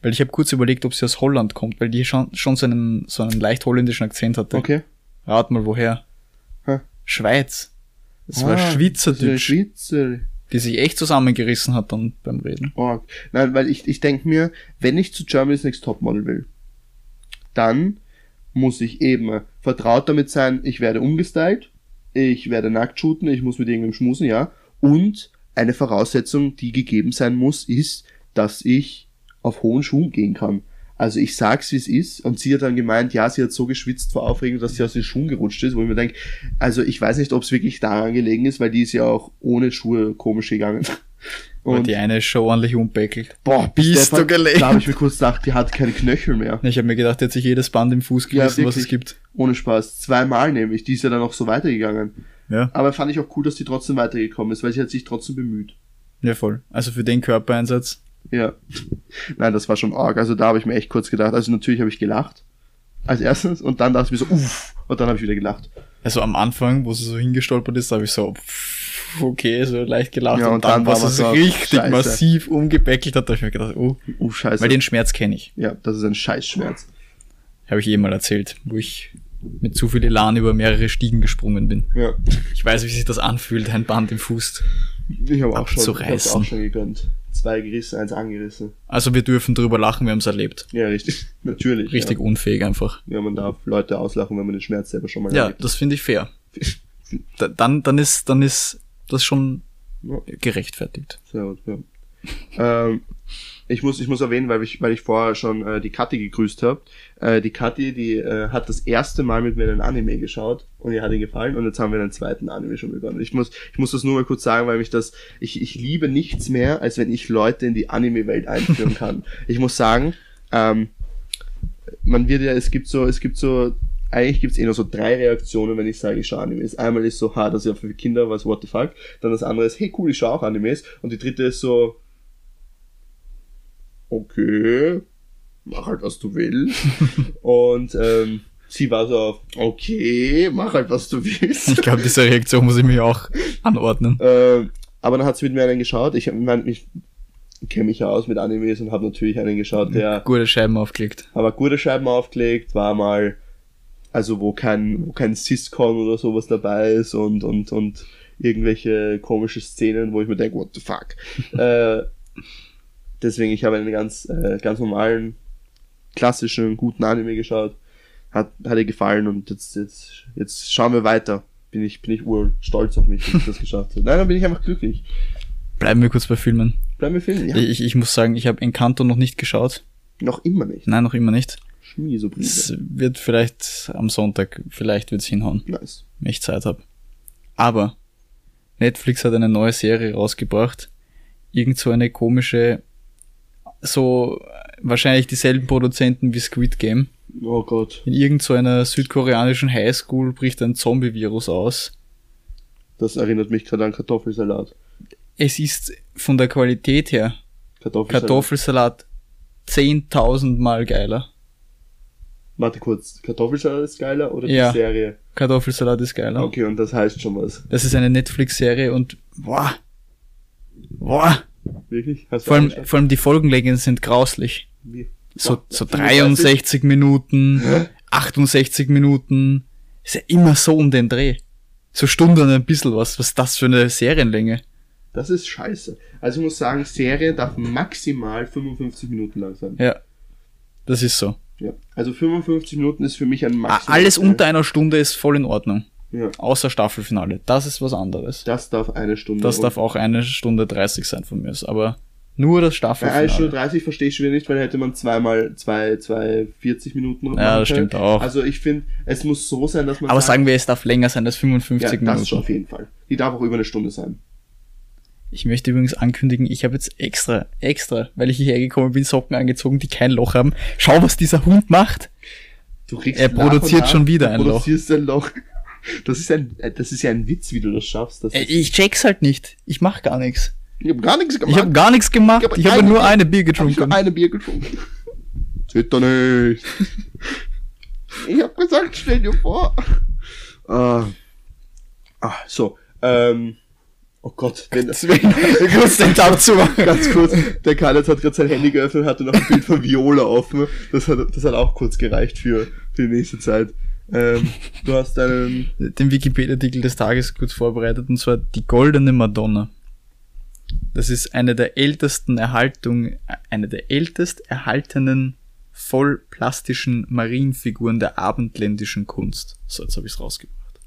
A: Weil ich habe kurz überlegt, ob sie aus Holland kommt, weil die schon, schon so einen, so einen leicht holländischen Akzent hatte.
B: okay.
A: Rat mal woher.
B: Hä?
A: Schweiz. Das war
B: Ah,
A: Schweizerdeutsch.
B: Schweizer.
A: die sich echt zusammengerissen hat dann beim Reden.
B: Oh, nein, weil ich, ich denke mir, wenn ich zu Germany's Next Topmodel will, dann muss ich eben äh, vertraut damit sein, ich werde umgestylt, ich werde nackt shooten, ich muss mit irgendwem schmusen, ja. Und eine Voraussetzung, die gegeben sein muss, ist, dass ich auf hohen Schuhen gehen kann. Also ich sag's, wie es ist, und sie hat dann gemeint, ja, sie hat so geschwitzt vor Aufregung, dass sie aus den Schuhen gerutscht ist, wo ich mir denke, also ich weiß nicht, ob es wirklich daran gelegen ist, weil die ist ja auch ohne Schuhe komisch gegangen.
A: Und die eine ist schon ordentlich umbeckelt.
B: Boah,
A: bist
B: der
A: du gelegen.
B: Da habe ich mir kurz gedacht, die hat keine Knöchel mehr.
A: Ich habe mir gedacht, die hat sich jedes Band im Fuß gerissen, was
B: wirklich.
A: es gibt.
B: Ohne Spaß. Zweimal nämlich. Die ist ja dann auch so weitergegangen.
A: Ja.
B: Aber fand ich auch cool, dass die trotzdem weitergekommen ist, weil sie hat sich trotzdem bemüht.
A: ja, voll. Also für den Körpereinsatz.
B: Ja. Nein, das war schon arg. Also da habe ich mir echt kurz gedacht. Also natürlich habe ich gelacht. Als erstes. Und dann dachte ich mir so, uff. Und dann habe ich wieder gelacht.
A: Also am Anfang, wo sie so hingestolpert ist, habe ich so, pff, okay, so leicht gelacht.
B: Ja,
A: und,
B: und
A: dann,
B: dann war
A: was
B: man
A: es
B: so,
A: richtig
B: Scheiße. Also
A: massiv umgebeckelt hat, habe ich mir gedacht, oh,
B: Uff, scheiße.
A: weil den Schmerz kenne ich.
B: ja, das ist ein Scheißschmerz.
A: Habe ich eh mal erzählt, wo ich mit zu viel Elan über mehrere Stiegen gesprungen bin.
B: Ja.
A: Ich weiß, wie sich das anfühlt, ein Band im Fuß.
B: Ich habe auch, schon- ich hab's
A: Abzureißen.
B: auch schon gegönnt. Zwei gerissen, eins angerissen.
A: Also wir dürfen drüber lachen, wir haben es erlebt.
B: Ja, richtig. Natürlich.
A: Richtig unfähig einfach.
B: Ja. ja, man darf Leute auslachen, wenn man den Schmerz selber schon mal
A: Ja,
B: erlebt.
A: das finde ich fair. Da, dann, dann ist, dann ist das schon
B: Ja.
A: gerechtfertigt.
B: Sehr gut, ja. ähm, ich, muss, ich muss erwähnen, weil ich, weil ich vorher schon äh, die Kathi gegrüßt habe. Äh, die Kathi, die äh, hat das erste Mal mit mir einen Anime geschaut und ihr hat ihn gefallen und jetzt haben wir einen zweiten Anime schon begonnen. Ich muss, ich muss das nur mal kurz sagen, weil mich das, ich, ich liebe nichts mehr, als wenn ich Leute in die Anime-Welt einführen kann. ich muss sagen, ähm, man wird ja, es gibt so, es gibt so, eigentlich gibt's eh nur so drei Reaktionen, wenn ich sage, ich schaue Animes. Einmal ist so, ha, das ist ja für Kinder, was, what the fuck. Dann das andere ist, hey cool, ich schaue auch Animes. Und die dritte ist so, okay, mach halt was du willst. und, ähm, sie war so auf, okay, mach halt was du willst.
A: Ich glaube, diese Reaktion muss ich mir auch anordnen.
B: Ähm, aber dann hat sie mit mir einen geschaut. Ich, mein, ich kenne mich ja aus mit Animes und habe natürlich einen geschaut, der
A: Gute Scheiben aufgelegt.
B: aber gute Scheiben aufgelegt, war mal, also wo kein, wo kein Syscon oder sowas dabei ist und, und, und irgendwelche komische Szenen, wo ich mir denke, what the fuck. äh, deswegen, ich habe einen ganz, äh, ganz normalen, klassischen, guten Anime geschaut. Hat, hat ihr gefallen und jetzt, jetzt, jetzt schauen wir weiter. Bin ich, bin ich urstolz auf mich, dass ich das geschafft habe. Nein, dann bin ich einfach glücklich.
A: Bleiben wir kurz bei Filmen.
B: Bleiben wir filmen. Ja,
A: Ich, ich muss sagen, ich habe Encanto noch nicht geschaut.
B: noch immer nicht.
A: Nein, noch immer nicht.
B: Schmie so
A: Es wird vielleicht am Sonntag, vielleicht wird's hinhauen,
B: Nice.
A: wenn ich Zeit habe. Aber Netflix hat eine neue Serie rausgebracht. Irgend so eine komische, so wahrscheinlich dieselben Produzenten wie Squid Game.
B: Oh Gott.
A: In irgend so einer südkoreanischen Highschool bricht ein Zombie-Virus aus.
B: Das erinnert mich gerade an Kartoffelsalat.
A: Es ist von der Qualität her
B: Kartoffelsalat.
A: Kartoffelsalat 10.000 Mal geiler.
B: Warte kurz. Kartoffelsalat ist geiler oder
A: Ja.
B: die Serie?
A: Kartoffelsalat ist geiler.
B: Okay, und das heißt schon was.
A: Das ist eine Netflix-Serie und boah, boah.
B: Wirklich? Hast du
A: Vor allem,
B: angeschaut?
A: vor allem die Folgenlängen sind grauslich.
B: Wie?
A: So,
B: Boah,
A: so
B: 35?
A: 63 Minuten, 68 Minuten. Ist ja immer so um den Dreh. So Stunden und ein bisschen was. Was ist das für eine Serienlänge?
B: Das ist scheiße. Also ich muss sagen, Serie darf maximal 55 Minuten lang sein.
A: Ja. Das ist so.
B: Ja. Also 55 Minuten ist für mich ein
A: Ah,
B: Maximum.
A: Alles unter einer Stunde ist voll in Ordnung.
B: Ja.
A: Außer Staffelfinale. Das ist was anderes.
B: Das darf eine Stunde.
A: Das
B: Und
A: darf auch eine Stunde 30 sein von mir aus. Aber nur das
B: Bei 1 Stunde
A: Staffelfinale.
B: 30 verstehe ich schon wieder nicht, weil hätte man zweimal zwei, zwei 40 Minuten machen
A: Ja, das
B: können.
A: stimmt auch.
B: Also ich finde, es muss so sein, dass man
A: Aber
B: sagt,
A: sagen wir, es darf länger sein als 55
B: ja,
A: Minuten.
B: das schon auf jeden Fall. Die darf auch über eine Stunde sein.
A: Ich möchte übrigens ankündigen, ich habe jetzt extra, extra, weil ich hierher gekommen bin, Socken angezogen, die kein Loch haben. Schau, was dieser Hund macht.
B: Du kriegst
A: Er
B: nach und
A: produziert
B: nach-
A: schon wieder
B: du
A: ein Loch.
B: produzierst ein Loch. Das ist, ein, äh, das ist ja ein Witz, wie du das schaffst. Das
A: Äh,
B: ist,
A: Ich check's halt nicht. Ich mach gar nichts.
B: ich habe gar nichts gemacht.
A: Ich habe gar nichts gemacht. Ich habe nur eine Bier
B: Ich habe
A: getrunken.
B: eine Bier getrunken. Zitter nicht. ich habe gesagt, stell dir vor. Ah. Ah, so. Ähm. Oh Gott, wenn das
A: Kurz den Tab zu machen.
B: Ganz kurz, der Karl jetzt hat gerade sein Handy geöffnet und hatte noch ein Bild von Viola offen. Das hat, das hat auch kurz gereicht für, für die nächste Zeit. Ähm, du hast einen
A: Den Wikipedia-Artikel des Tages kurz vorbereitet, und zwar die goldene Madonna. Das ist eine der ältesten Erhaltung, äh, eine der ältest erhaltenen vollplastischen Marienfiguren der abendländischen Kunst. So, jetzt habe ich es rausgebracht.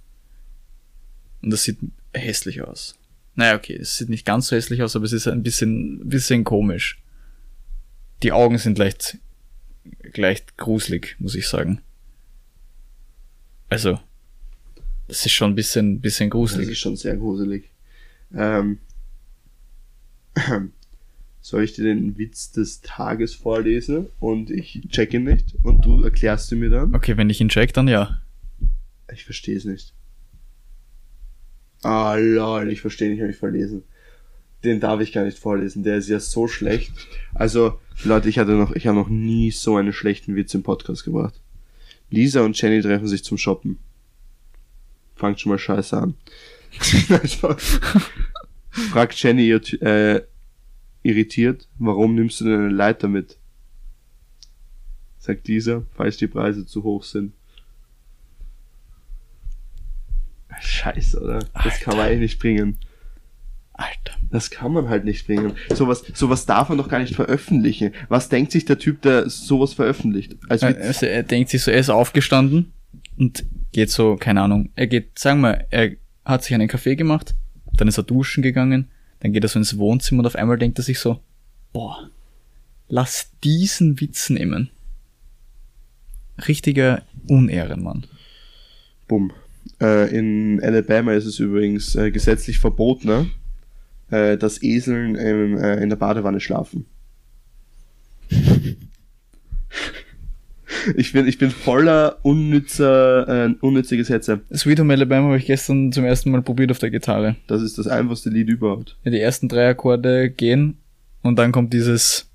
A: Und das sieht hässlich aus. Naja, okay, es sieht nicht ganz so hässlich aus, aber es ist ein bisschen, bisschen komisch. Die Augen sind leicht, leicht gruselig, muss ich sagen. Also, das ist schon ein bisschen, bisschen
B: Das ist
A: gruselig.
B: schon sehr gruselig. Ähm, soll ich dir den Witz des Tages vorlesen und ich check ihn nicht und du erklärst ihn mir dann?
A: Okay, wenn ich ihn check, dann ja.
B: Ich verstehe es nicht. Ah, lol, ich verstehe nicht, habe ich verlesen. Den darf ich gar nicht vorlesen, der ist ja so schlecht. Also, Leute, ich hatte noch, ich habe noch nie so einen schlechten Witz im Podcast gebracht. Lisa und Jenny treffen sich zum Shoppen. Fangt schon mal scheiße an. Nein, Spaß. Fragt Jenny ihr, äh, irritiert, warum nimmst du denn eine Leiter mit? Sagt Lisa, falls die Preise zu hoch sind. Scheiße, oder? Das kann man
A: Alter.
B: eigentlich nicht bringen.
A: Alter.
B: Das kann man halt nicht bringen. Sowas, sowas darf man doch gar nicht veröffentlichen. Was denkt sich der Typ, der sowas veröffentlicht? Als
A: Er-
B: Witz?
A: Also er denkt sich so, er ist aufgestanden und geht so, keine Ahnung, er geht, sagen wir, er hat sich einen Kaffee gemacht, dann ist er duschen gegangen, dann geht er so ins Wohnzimmer und auf einmal denkt er sich so, boah, lass diesen Witz nehmen. Richtiger Unehrenmann.
B: Bumm. Äh, in Alabama ist es übrigens äh, gesetzlich verboten, ne? äh, dass Eseln im, äh, in der Badewanne schlafen. Ich bin, ich bin voller unnützer, äh, unnütze Gesetze.
A: Sweet Home Alabama habe ich gestern zum ersten Mal probiert auf der Gitarre.
B: Das ist das einfachste Lied überhaupt.
A: Ja, die ersten drei Akkorde gehen und dann kommt dieses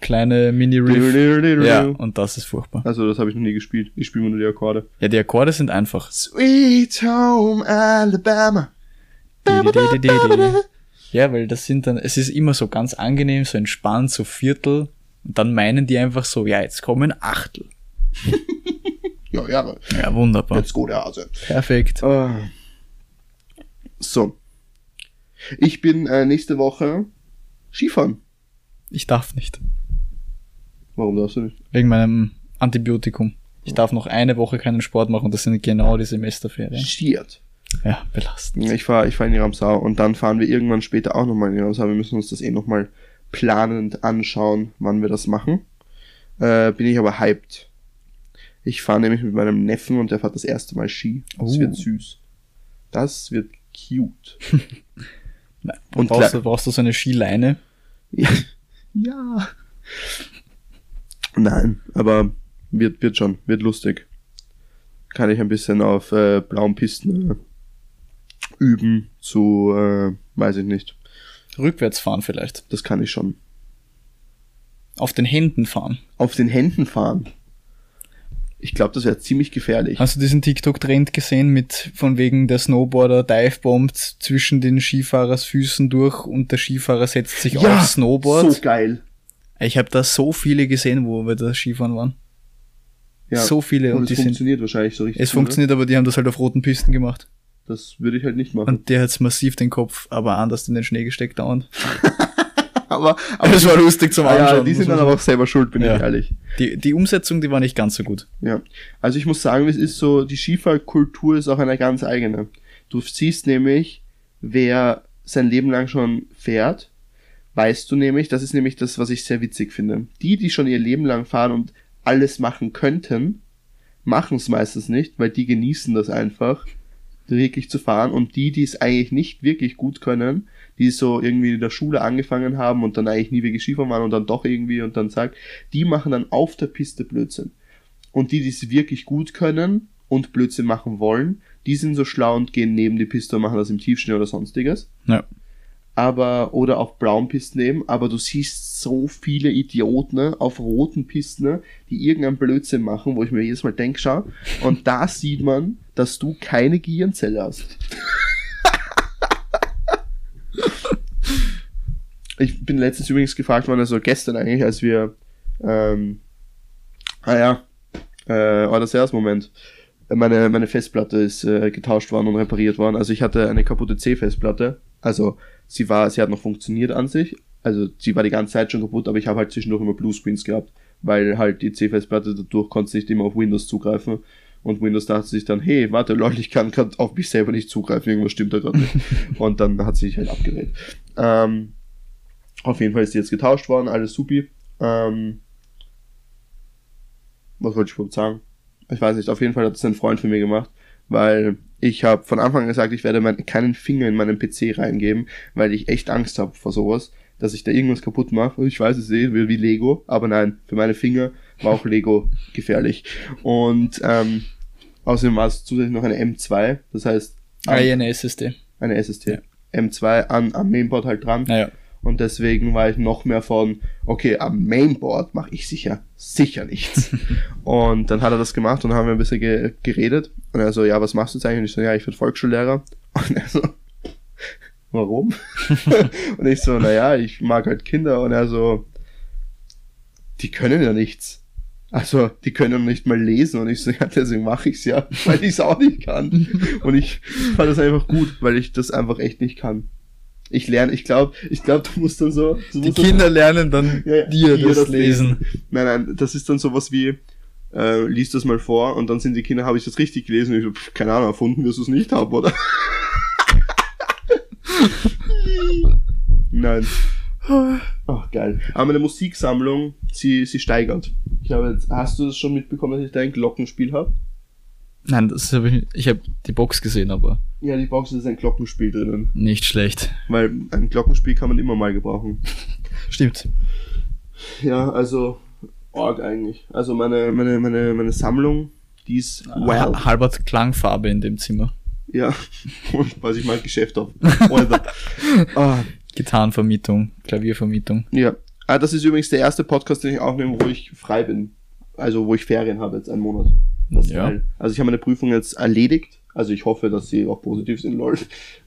A: kleine Mini-Riff. Ja, und das ist furchtbar.
B: Also das habe ich noch nie gespielt. Ich spiele nur die Akkorde.
A: Ja, die Akkorde sind einfach.
B: Sweet Home Alabama.
A: Ja, weil das sind dann, es ist immer so ganz angenehm, so entspannt, so Viertel. Und dann meinen die einfach so, ja, jetzt kommen Achtel.
B: Ja, ja,
A: Ja, wunderbar.
B: jetzt gut, ja, also.
A: Perfekt.
B: Ah. So. Ich bin äh, nächste Woche Skifahren.
A: Ich darf nicht.
B: Warum darfst du nicht?
A: Wegen meinem Antibiotikum. Ich darf noch eine Woche keinen Sport machen, das sind genau die Semesterferien.
B: Stiert.
A: Ja, belastend.
B: Ich fahre ich fahr in die Ramsau und dann fahren wir irgendwann später auch nochmal in die Ramsau. Wir müssen uns das eh nochmal planend anschauen, wann wir das machen. Äh, bin ich aber hyped. Ich fahre nämlich mit meinem Neffen und der fährt das erste Mal Ski. Das
A: Oh.
B: wird süß. Das wird cute.
A: Na,
B: Und
A: brauchst,
B: klar-
A: du, brauchst du so eine Skileine?
B: Ja. ja. Nein, aber wird, wird schon, wird lustig. Kann ich ein bisschen auf äh, blauen Pisten äh, üben zu, äh, weiß ich nicht.
A: Rückwärts fahren vielleicht.
B: Das kann ich schon.
A: Auf den Händen fahren.
B: Auf den Händen fahren. Ich glaube, das wäre ziemlich gefährlich.
A: Hast du diesen TikTok-Trend gesehen mit von wegen der Snowboarder divebombt zwischen den Skifahrers Füßen durch und der Skifahrer setzt sich aufs Snowboard?
B: so geil.
A: Ich habe da so viele gesehen, wo wir da Skifahren waren.
B: Ja.
A: So viele und
B: Und,
A: die
B: es
A: sind-
B: funktioniert wahrscheinlich so richtig.
A: Es
B: oder?
A: funktioniert, aber die haben das halt auf roten Pisten gemacht.
B: Das würde ich halt nicht machen.
A: Und der hat's massiv den Kopf, aber anders in den Schnee gesteckt dauernd.
B: aber
A: Aber es war lustig zum Anschauen.
B: ja, die
A: muss
B: sind
A: man
B: dann aber auch selber schuld, bin
A: Ja.
B: ich ehrlich.
A: Die, die Umsetzung, die war nicht ganz so gut.
B: Ja, also ich muss sagen, es ist so, die Skifahrkultur ist auch eine ganz eigene. Du siehst nämlich, wer sein Leben lang schon fährt, weißt du nämlich, das ist nämlich das, was ich sehr witzig finde. Die, die schon ihr Leben lang fahren und alles machen könnten, machen es meistens nicht, weil die genießen das einfach, wirklich zu fahren. Und die, die es eigentlich nicht wirklich gut können, die so irgendwie in der Schule angefangen haben und dann eigentlich nie wirklich Skifahren waren und dann doch irgendwie und dann sagt, die machen dann auf der Piste Blödsinn. Und die, die es wirklich gut können und Blödsinn machen wollen, die sind so schlau und gehen neben die Piste und machen das im Tiefschnee oder sonstiges.
A: Ja.
B: Aber, oder auf blauen Pisten eben, aber du siehst so viele Idioten ne, auf roten Pisten, ne, die irgendeinen Blödsinn machen, wo ich mir jedes Mal denke, schau, und da sieht man, dass du keine Gehirnzelle hast. Ich bin letztens übrigens gefragt worden, also gestern eigentlich, als wir, ähm, ah ja, äh, war das erste Moment. Meine, meine Festplatte ist äh, getauscht worden und repariert worden. Also ich hatte eine kaputte C-Festplatte. Also sie war, sie hat noch funktioniert an sich. Also sie war die ganze Zeit schon kaputt, aber ich habe halt zwischendurch immer Bluescreens gehabt, weil halt die C-Festplatte dadurch konnte nicht immer auf Windows zugreifen. Und Windows dachte sich dann, hey, warte, Leute, ich kann gerade auf mich selber nicht zugreifen, irgendwas stimmt da gerade nicht. und dann hat sie sich halt abgedreht. Ähm, auf jeden Fall ist die jetzt getauscht worden, alles supi. Ähm, was wollte ich überhaupt sagen? Ich weiß nicht, auf jeden Fall hat es ein Freund von mir gemacht, weil ich habe von Anfang an gesagt, ich werde mein, keinen Finger in meinen PC reingeben, weil ich echt Angst habe vor sowas, dass ich da irgendwas kaputt mache. Ich weiß es eh, wie wie Lego, aber nein, für meine Finger war auch Lego gefährlich. Und ähm, außerdem war es zusätzlich noch eine M2, das heißt
A: eine SSD.
B: eine SST. M2 an, am Mainboard halt dran.
A: Naja.
B: Und deswegen war ich noch mehr von, okay, am Mainboard mache ich sicher, sicher nichts. und dann hat er das gemacht und haben wir ein bisschen ge geredet. Und er so, ja, was machst du jetzt eigentlich? Und ich so, ja, ich werde Volksschullehrer. Und er so, warum? und ich so, naja, ich mag halt Kinder. Und er so, die können ja nichts. Also, die können ja nicht mal lesen. Und ich so, ja, deswegen mache ich's ja, weil ich es auch nicht kann. und ich fand das einfach gut, weil ich das einfach echt nicht kann. Ich lerne, ich glaube, ich glaube, du musst dann so. Du
A: Die
B: musst dann-
A: Kinder lernen dann
B: Ja, ja,
A: dir,
B: dir
A: das,
B: das
A: lesen.
B: Nein, nein, das ist dann sowas wie, äh, lies das mal vor und dann sind die Kinder, habe ich das richtig gelesen? Und ich so, pff, keine Ahnung, erfunden wirst du es nicht haben, oder? nein. Ach, geil. Aber meine Musiksammlung, sie, sie steigert. Ich habe jetzt, hast du das schon mitbekommen, dass ich da ein Glockenspiel habe?
A: Nein, das habe ich, ich habe die Box gesehen, aber
B: Ja, die Box ist ein Glockenspiel drinnen.
A: nicht schlecht.
B: Weil ein Glockenspiel kann man immer mal gebrauchen.
A: Stimmt.
B: Ja, also arg eigentlich. Also meine, meine, meine, meine Sammlung, die ist
A: Ah.
B: wow.
A: Ha- Halbert Klangfarbe in dem Zimmer.
B: Ja, und was ich mein Geschäft auf. Alter. ah,
A: Gitarrenvermietung, Klaviervermietung.
B: ja. Ah, das ist übrigens der erste Podcast, den ich aufnehme, wo ich frei bin. Also wo ich Ferien habe, jetzt einen Monat. Das ist
A: Ja.
B: geil. Also ich habe meine Prüfung jetzt erledigt. Also ich hoffe, dass sie auch positiv sind, lol.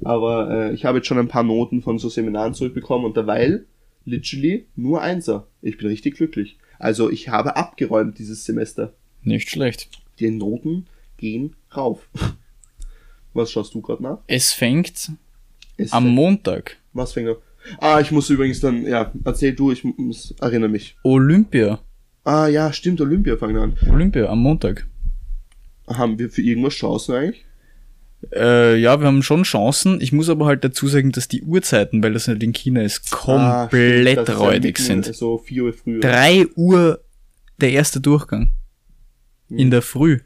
B: Aber äh, ich habe jetzt schon ein paar Noten von so Seminaren zurückbekommen und derweil, literally, nur Einser. Ich bin richtig glücklich. Also ich habe abgeräumt dieses Semester.
A: Nicht schlecht.
B: Die Noten gehen rauf. Was schaust du gerade nach?
A: Es fängt
B: Es
A: am Montag.
B: Was fängt er? Ah, ich muss übrigens dann, ja, erzähl du, ich muss, erinnere mich.
A: Olympia.
B: Ah, ja, stimmt, Olympia fangen an.
A: Olympia am Montag.
B: Haben wir für irgendwas Chancen eigentlich?
A: Äh, ja, wir haben schon Chancen. Ich muss aber halt dazu sagen, dass die Uhrzeiten, weil das nicht in China ist,
B: Ah,
A: komplett
B: stimmt, das ist ja
A: räudig
B: mitten,
A: sind.
B: So 4 Uhr früh.
A: 3 Uhr der erste Durchgang.
B: Hm.
A: In der Früh.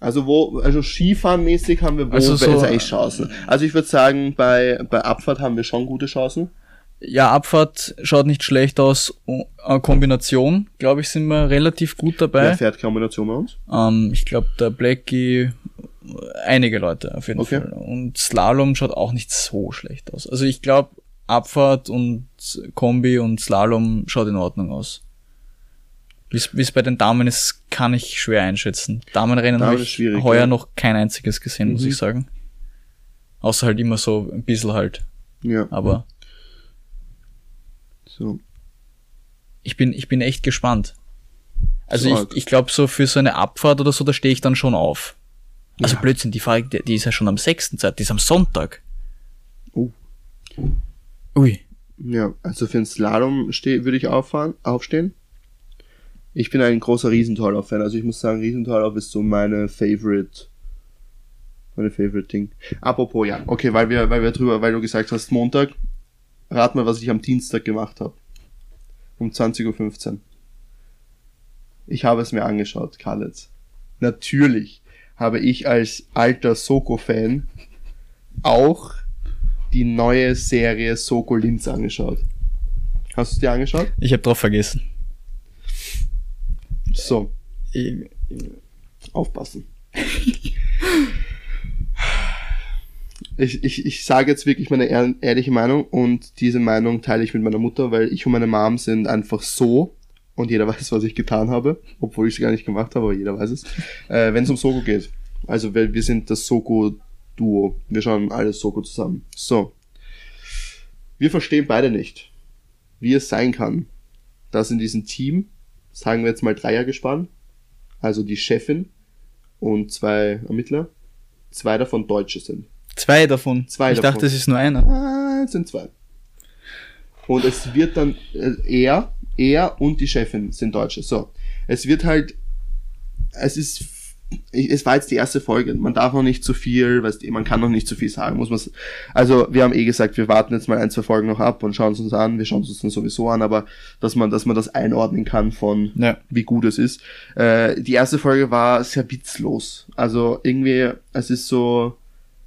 B: Also wo, also Skifahrmäßig haben wir wo
A: Also
B: also
A: so-
B: eigentlich Chancen. Also ich würde sagen, bei, bei Abfahrt haben wir schon gute Chancen.
A: Ja, Abfahrt schaut nicht schlecht aus. O- äh, Kombination, glaube ich, sind wir relativ gut
B: Wer
A: dabei.
B: fährt Kombination bei uns?
A: ähm, ich glaube, der Blackie, einige Leute auf jeden
B: Okay.
A: Fall. Und Slalom schaut auch nicht so schlecht aus. Also ich glaube, Abfahrt und Kombi und Slalom schaut in Ordnung aus. Wie es bei den Damen ist, kann ich schwer einschätzen. Damenrennen
B: Damen
A: habe
B: ist
A: ich
B: schwierig,
A: heuer
B: ja.
A: noch kein einziges gesehen, muss
B: Mhm.
A: ich sagen. Außer halt immer so ein bisschen halt.
B: Ja.
A: Aber
B: So.
A: ich bin, ich bin echt gespannt. Also
B: Stark.
A: ich, ich glaube, so für so eine Abfahrt oder so, da stehe ich dann schon auf. Also
B: Ja.
A: Blödsinn, die, Fahrt, die, die ist ja schon am 6. Zeit, die ist am Sonntag.
B: Oh.
A: Ui.
B: Ja, also für den Slalom steh, würde ich auffahren, aufstehen. Ich bin ein großer Riesentorlauf-Fan. Also ich muss sagen, Riesentorlauf ist so meine Favorite, meine Favorite Ding. Apropos, ja, okay, weil wir, weil wir drüber, weil du gesagt hast, Montag, rat mal, was ich am Dienstag gemacht habe. Um 20.15 Uhr. Ich habe es mir angeschaut, Karlitz. Natürlich habe ich als alter Soko-Fan auch die neue Serie Soko Linz angeschaut. Hast du es dir angeschaut?
A: Ich habe drauf vergessen.
B: So,
A: Ich,
B: aufpassen. Ich, ich, ich sage jetzt wirklich meine ehr ehrliche Meinung und diese Meinung teile ich mit meiner Mutter, weil ich und meine Mom sind einfach so und jeder weiß, was ich getan habe, obwohl ich es gar nicht gemacht habe, aber jeder weiß es, äh, wenn es um Soko geht. Also wir, wir sind das Soko-Duo. Wir schauen alles Soko zusammen. So. Wir verstehen beide nicht, wie es sein kann, dass in diesem Team, sagen wir jetzt mal Dreiergespann, also die Chefin und zwei Ermittler, zwei davon Deutsche sind.
A: zwei davon.
B: Zwei
A: ich
B: davon.
A: dachte, es ist nur einer.
B: Ah, es sind zwei. Und es wird dann äh, er, er und die Chefin sind Deutsche. So, es wird halt, es ist, ich- es war jetzt die erste Folge. Man darf noch nicht zu viel, weißt du, man kann noch nicht zu viel sagen. Muss man, also wir haben eh gesagt, wir warten jetzt mal ein zwei Folgen noch ab und schauen es uns an. Wir schauen es uns dann sowieso an, aber dass man, dass man das einordnen kann von
A: Ja.
B: wie gut es ist. Äh, die erste Folge war sehr witzlos. Also irgendwie, es ist so,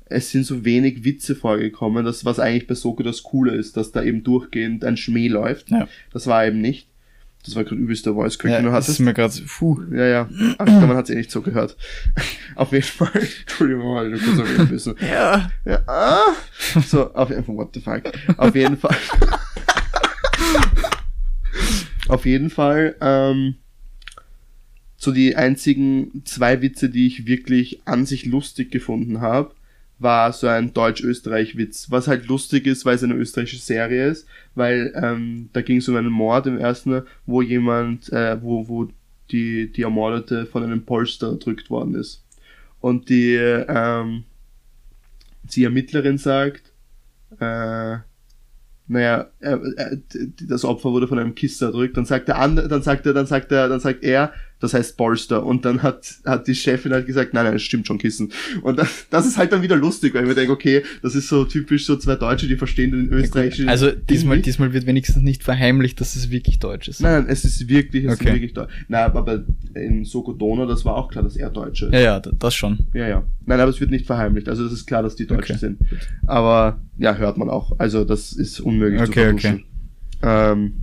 B: es sind so wenig Witze vorgekommen, das was eigentlich bei Soko das Coole ist, dass da eben durchgehend ein Schmäh läuft.
A: Ja.
B: Das war eben nicht. Das war gerade übelster Voice Crack, den du
A: Ja, das ist
B: hattest.
A: mir gerade. Puh.
B: Ja, ja. Ach, ich glaub, man hat es eh nicht so gehört. Auf jeden Fall. Entschuldigung, weil ich nur kurz erwähnen müssen.
A: Ja.
B: Ja, ah. So, auf jeden Fall, what the fuck. Auf jeden Fall. auf jeden Fall, ähm, so die einzigen zwei Witze, die ich wirklich an sich lustig gefunden habe, war so ein Deutsch-Österreich-Witz, was halt lustig ist, weil es eine österreichische Serie ist, weil ähm, da ging es um einen Mord im ersten, wo jemand, äh, wo, wo die, die Ermordete von einem Polster erdrückt worden ist. Und die, ähm, die Ermittlerin sagt, äh, naja, äh, äh, d- d- das Opfer wurde von einem Kiss erdrückt, dann sagt der andere, dann sagt er, dann sagt er, dann sagt er, das heißt Bolster. Und dann hat, hat die Chefin halt gesagt, nein, nein, es stimmt schon Kissen. Und das, das ist halt dann wieder lustig, weil ich mir denke, okay, das ist so typisch so zwei Deutsche, die verstehen den österreichischen.
A: Also
B: Ding
A: diesmal,
B: nicht.
A: diesmal wird wenigstens nicht verheimlicht, dass es wirklich deutsch ist.
B: Nein, nein, es ist wirklich, es ist
A: Okay.
B: wirklich deutsch. Na, aber in Soko Dono, das war auch klar, dass er Deutsche ist.
A: Ja, ja, d- das schon.
B: Ja, ja. Nein, aber es wird nicht verheimlicht. Also es ist klar, dass die Deutschen
A: Okay.
B: sind. Aber ja, hört man auch. Also das ist unmöglich
A: Okay,
B: zu vertuschen. Ähm,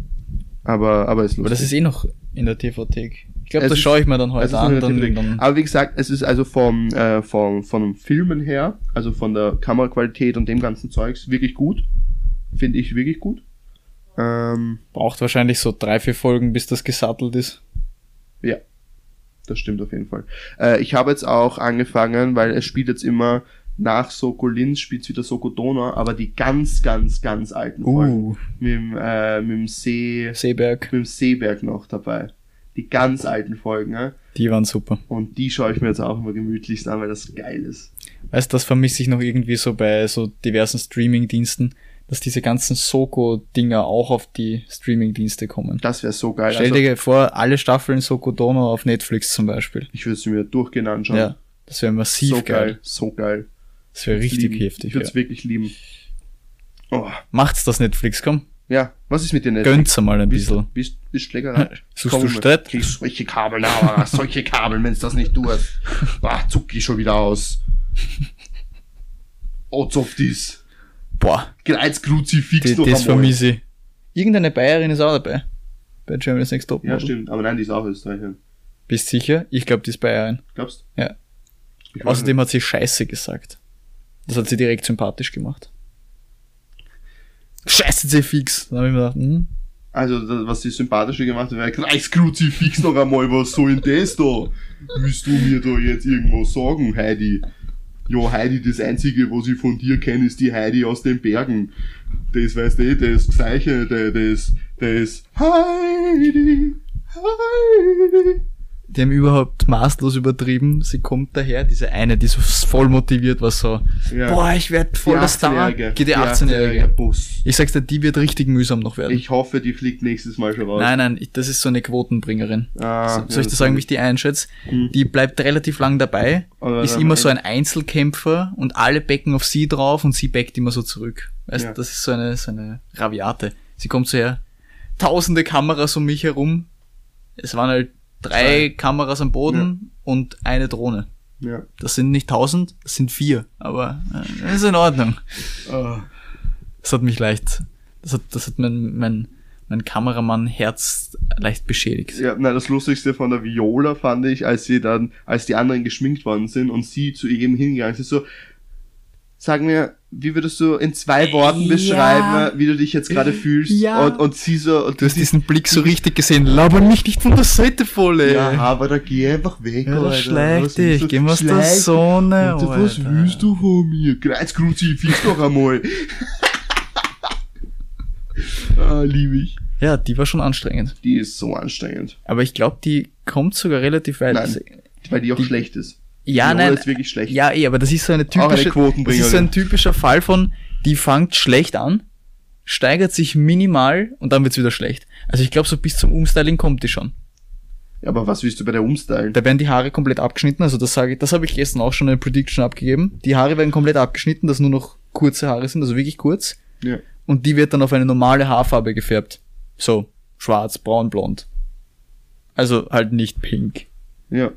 B: aber, aber ist lustig.
A: Aber das ist eh noch in der TV-Thek. Ich glaube,
B: Es
A: das
B: ist-
A: schaue ich mir dann heute
B: Also es ist
A: an.
B: noch
A: Dann,
B: relativ
A: dann,
B: lang. Aber wie gesagt, es ist also vom, äh, vom, vom Filmen her, also von der Kameraqualität und dem ganzen Zeugs, wirklich gut. Finde ich wirklich gut. Ähm,
A: braucht wahrscheinlich so drei, vier Folgen, bis das gesattelt ist.
B: ja, das stimmt auf jeden Fall. Äh, ich habe jetzt auch angefangen, weil es spielt jetzt immer nach Soko Linz, spielt wieder Soko Donau, aber die ganz, ganz, ganz alten
A: Oh.
B: Folgen.
A: Uh.
B: Mit, dem, äh, mit dem See,
A: Seeberg,
B: mit dem Seeberg noch dabei. Die ganz alten Folgen, ne?
A: die waren super.
B: Und die schaue ich mir jetzt auch immer gemütlichst an, weil das geil ist.
A: Weißt, das vermisse ich noch irgendwie so bei so diversen Streaming-Diensten, dass diese ganzen Soko-Dinger auch auf die Streaming-Dienste kommen.
B: Das wäre so geil.
A: Stell
B: Also-
A: dir vor, alle Staffeln Soko Donau auf Netflix zum Beispiel.
B: Ich würde es mir durchgehend anschauen.
A: Ja, das wäre massiv
B: so geil.
A: geil.
B: so geil.
A: Das wäre richtig
B: lieben.
A: heftig.
B: Ich
A: Ja.
B: würde es wirklich lieben. Oh,
A: Macht's das Netflix, komm.
B: ja, was ist mit dir nicht?
A: Gönnt's mal ein
B: bist,
A: bisschen.
B: bist, bist Schlägerei?
A: Suchst
B: Komm,
A: du Streit?
B: Kriegst solche Kabel, na, solche Kabel, wenn's das nicht tust. Bah, zuck ich schon wieder aus. Oh, zopf dies.
A: Boah,
B: Gleits Kruzifix
A: die,
B: noch
A: das
B: einmal.
A: vermisse ich. Irgendeine Bayerin ist auch dabei. Bei Germany's Next Top.
B: Ja, stimmt, aber nein, die ist auch Österreicherin.
A: Bist sicher? Ich glaube, die ist Bayerin.
B: Glaubst
A: Ja.
B: Ich weiß
A: Außerdem hat sie Scheiße gesagt. Das hat sie direkt sympathisch gemacht. Scheiße, sie fix. Dann habe ich mir gedacht, hm,
B: Also, das, was die sympathische gemacht hat, wäre Kreiskruzifix noch einmal, was soll denn das da? Willst du mir da jetzt irgendwas sagen, Heidi? Ja, Heidi, das Einzige, was ich von dir kenne, ist die Heidi aus den Bergen. Das weißt du, das Gleiche, das, das Heidi, Heidi.
A: die haben überhaupt maßlos übertrieben. Sie kommt daher, diese eine, die so voll motiviert war, so,
B: Ja.
A: boah, ich werde
B: Die
A: voll der Star.
B: 18-Jährige.
A: Geht die 18-Jährige.
B: Bus.
A: Ich sag's dir, die wird richtig mühsam noch werden.
B: Ich hoffe, die fliegt nächstes Mal schon raus.
A: Nein, nein, ich, das ist so eine Quotenbringerin.
B: Ah,
A: so,
B: ja,
A: soll ich dir
B: das Hm.
A: sagen,
B: kann
A: wie ich die einschätze? Die bleibt relativ lang dabei,
B: Aber
A: ist
B: dann-
A: immer so ein Einzelkämpfer und alle becken auf sie drauf und sie beckt immer so zurück. Weißt du,
B: Ja.
A: das ist so eine, so eine Raviate. Sie kommt so her, tausende Kameras um mich herum. Es waren halt drei Kameras am Boden und eine Drohne.
B: Ja.
A: Das sind nicht tausend, das sind vier, aber äh, das ist in Ordnung.
B: Ah.
A: Das hat mich leicht, das hat, das hat mein, mein, mein Kameramann Herz leicht beschädigt.
B: Ja, nein, das Lustigste von der Viola fand ich, als sie dann, als die anderen geschminkt worden sind und sie zu ihm hingegangen ist, ist so, sag mir, wie würdest du in zwei Worten
A: Ja.
B: beschreiben, wie du dich jetzt gerade fühlst?
A: Ja.
B: Und, und sie so, und
A: Du hast diesen Blick so richtig gesehen. Laber mich nicht von der Seite voll, ey.
B: ja, aber da geh einfach weg,
A: Ja, das
B: Alter.
A: schleicht
B: Was willst
A: dich.
B: du?
A: Geh mal aus der
B: Schleicht dich.
A: Sonne,
B: Alter, Was
A: Alter.
B: willst du von mir? Kreuzkruzifix doch einmal. ah, liebe ich.
A: ja, die war schon anstrengend.
B: Die ist so anstrengend.
A: Aber ich glaube, die kommt sogar relativ weit.
B: Nein, weil die auch
A: Die-
B: schlecht ist.
A: ja,
B: Viola
A: nein.
B: ist wirklich schlecht.
A: Ja, eh, aber das ist so eine
B: Auch eine
A: typische, das
B: Quotenbringerin.
A: ist so ein typischer Fall von, die fängt schlecht an, steigert sich minimal und dann wird's wieder schlecht. Also ich glaube, so bis zum Umstyling kommt die schon.
B: Aber was willst du bei der umstylen?
A: Da werden die Haare komplett abgeschnitten. Also das sage ich, das habe ich gestern auch schon eine Prediction abgegeben. Die Haare werden komplett abgeschnitten, dass nur noch kurze Haare sind, also wirklich kurz.
B: Ja.
A: und die wird dann auf eine normale Haarfarbe gefärbt. So, schwarz, braun, blond. Also halt nicht pink.
B: Ja.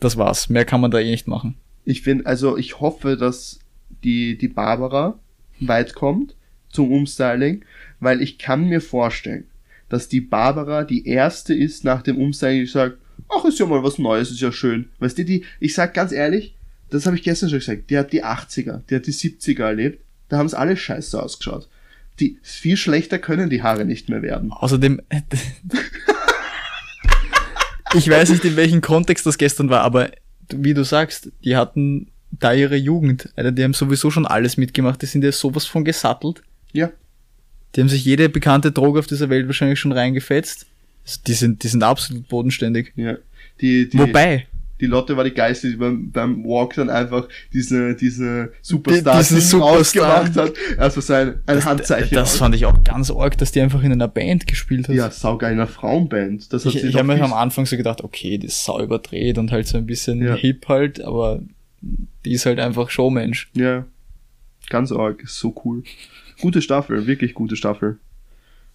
A: Das war's. Mehr kann man da eh nicht machen.
B: Ich finde, also ich hoffe, dass die, die Barbara weit kommt zum Umstyling, weil ich kann mir vorstellen, dass die Barbara die erste ist nach dem Umstyling, die sagt, ach, ist ja mal was Neues, ist ja schön. Weißt du, die, ich sag ganz ehrlich, das habe ich gestern schon gesagt, die hat die 80er, die hat die 70er erlebt, da haben es alle scheiße ausgeschaut. Die, viel schlechter können die Haare nicht mehr werden.
A: Außerdem. ich weiß nicht, in welchem Kontext das gestern war, aber wie du sagst, die hatten da ihre Jugend. Alter, die haben sowieso schon alles mitgemacht. Die sind ja sowas von gesattelt.
B: Ja,
A: Die haben sich jede bekannte Droge auf dieser Welt wahrscheinlich schon reingefetzt. Also die sind, die sind absolut bodenständig.
B: ja. Die, die,
A: Wobei,
B: Die Lotte war die geilste, die beim, beim Walk dann einfach diese, diese Superstar,
A: Diesen
B: Ding
A: Superstar.
B: rausgemacht hat. Also sein, ein Handzeichen.
A: Das fand ich auch ganz arg, dass die einfach in einer Band gespielt hat.
B: ja, saugeil in einer Frauenband. Das hat
A: ich
B: sie
A: ich
B: doch
A: habe mir
B: fix-
A: am Anfang so gedacht, okay, die ist sau überdreht und halt so ein bisschen
B: Ja.
A: hip halt, aber die ist halt einfach Showmensch.
B: Ja. Ganz arg, ist so cool. Gute Staffel, wirklich gute Staffel.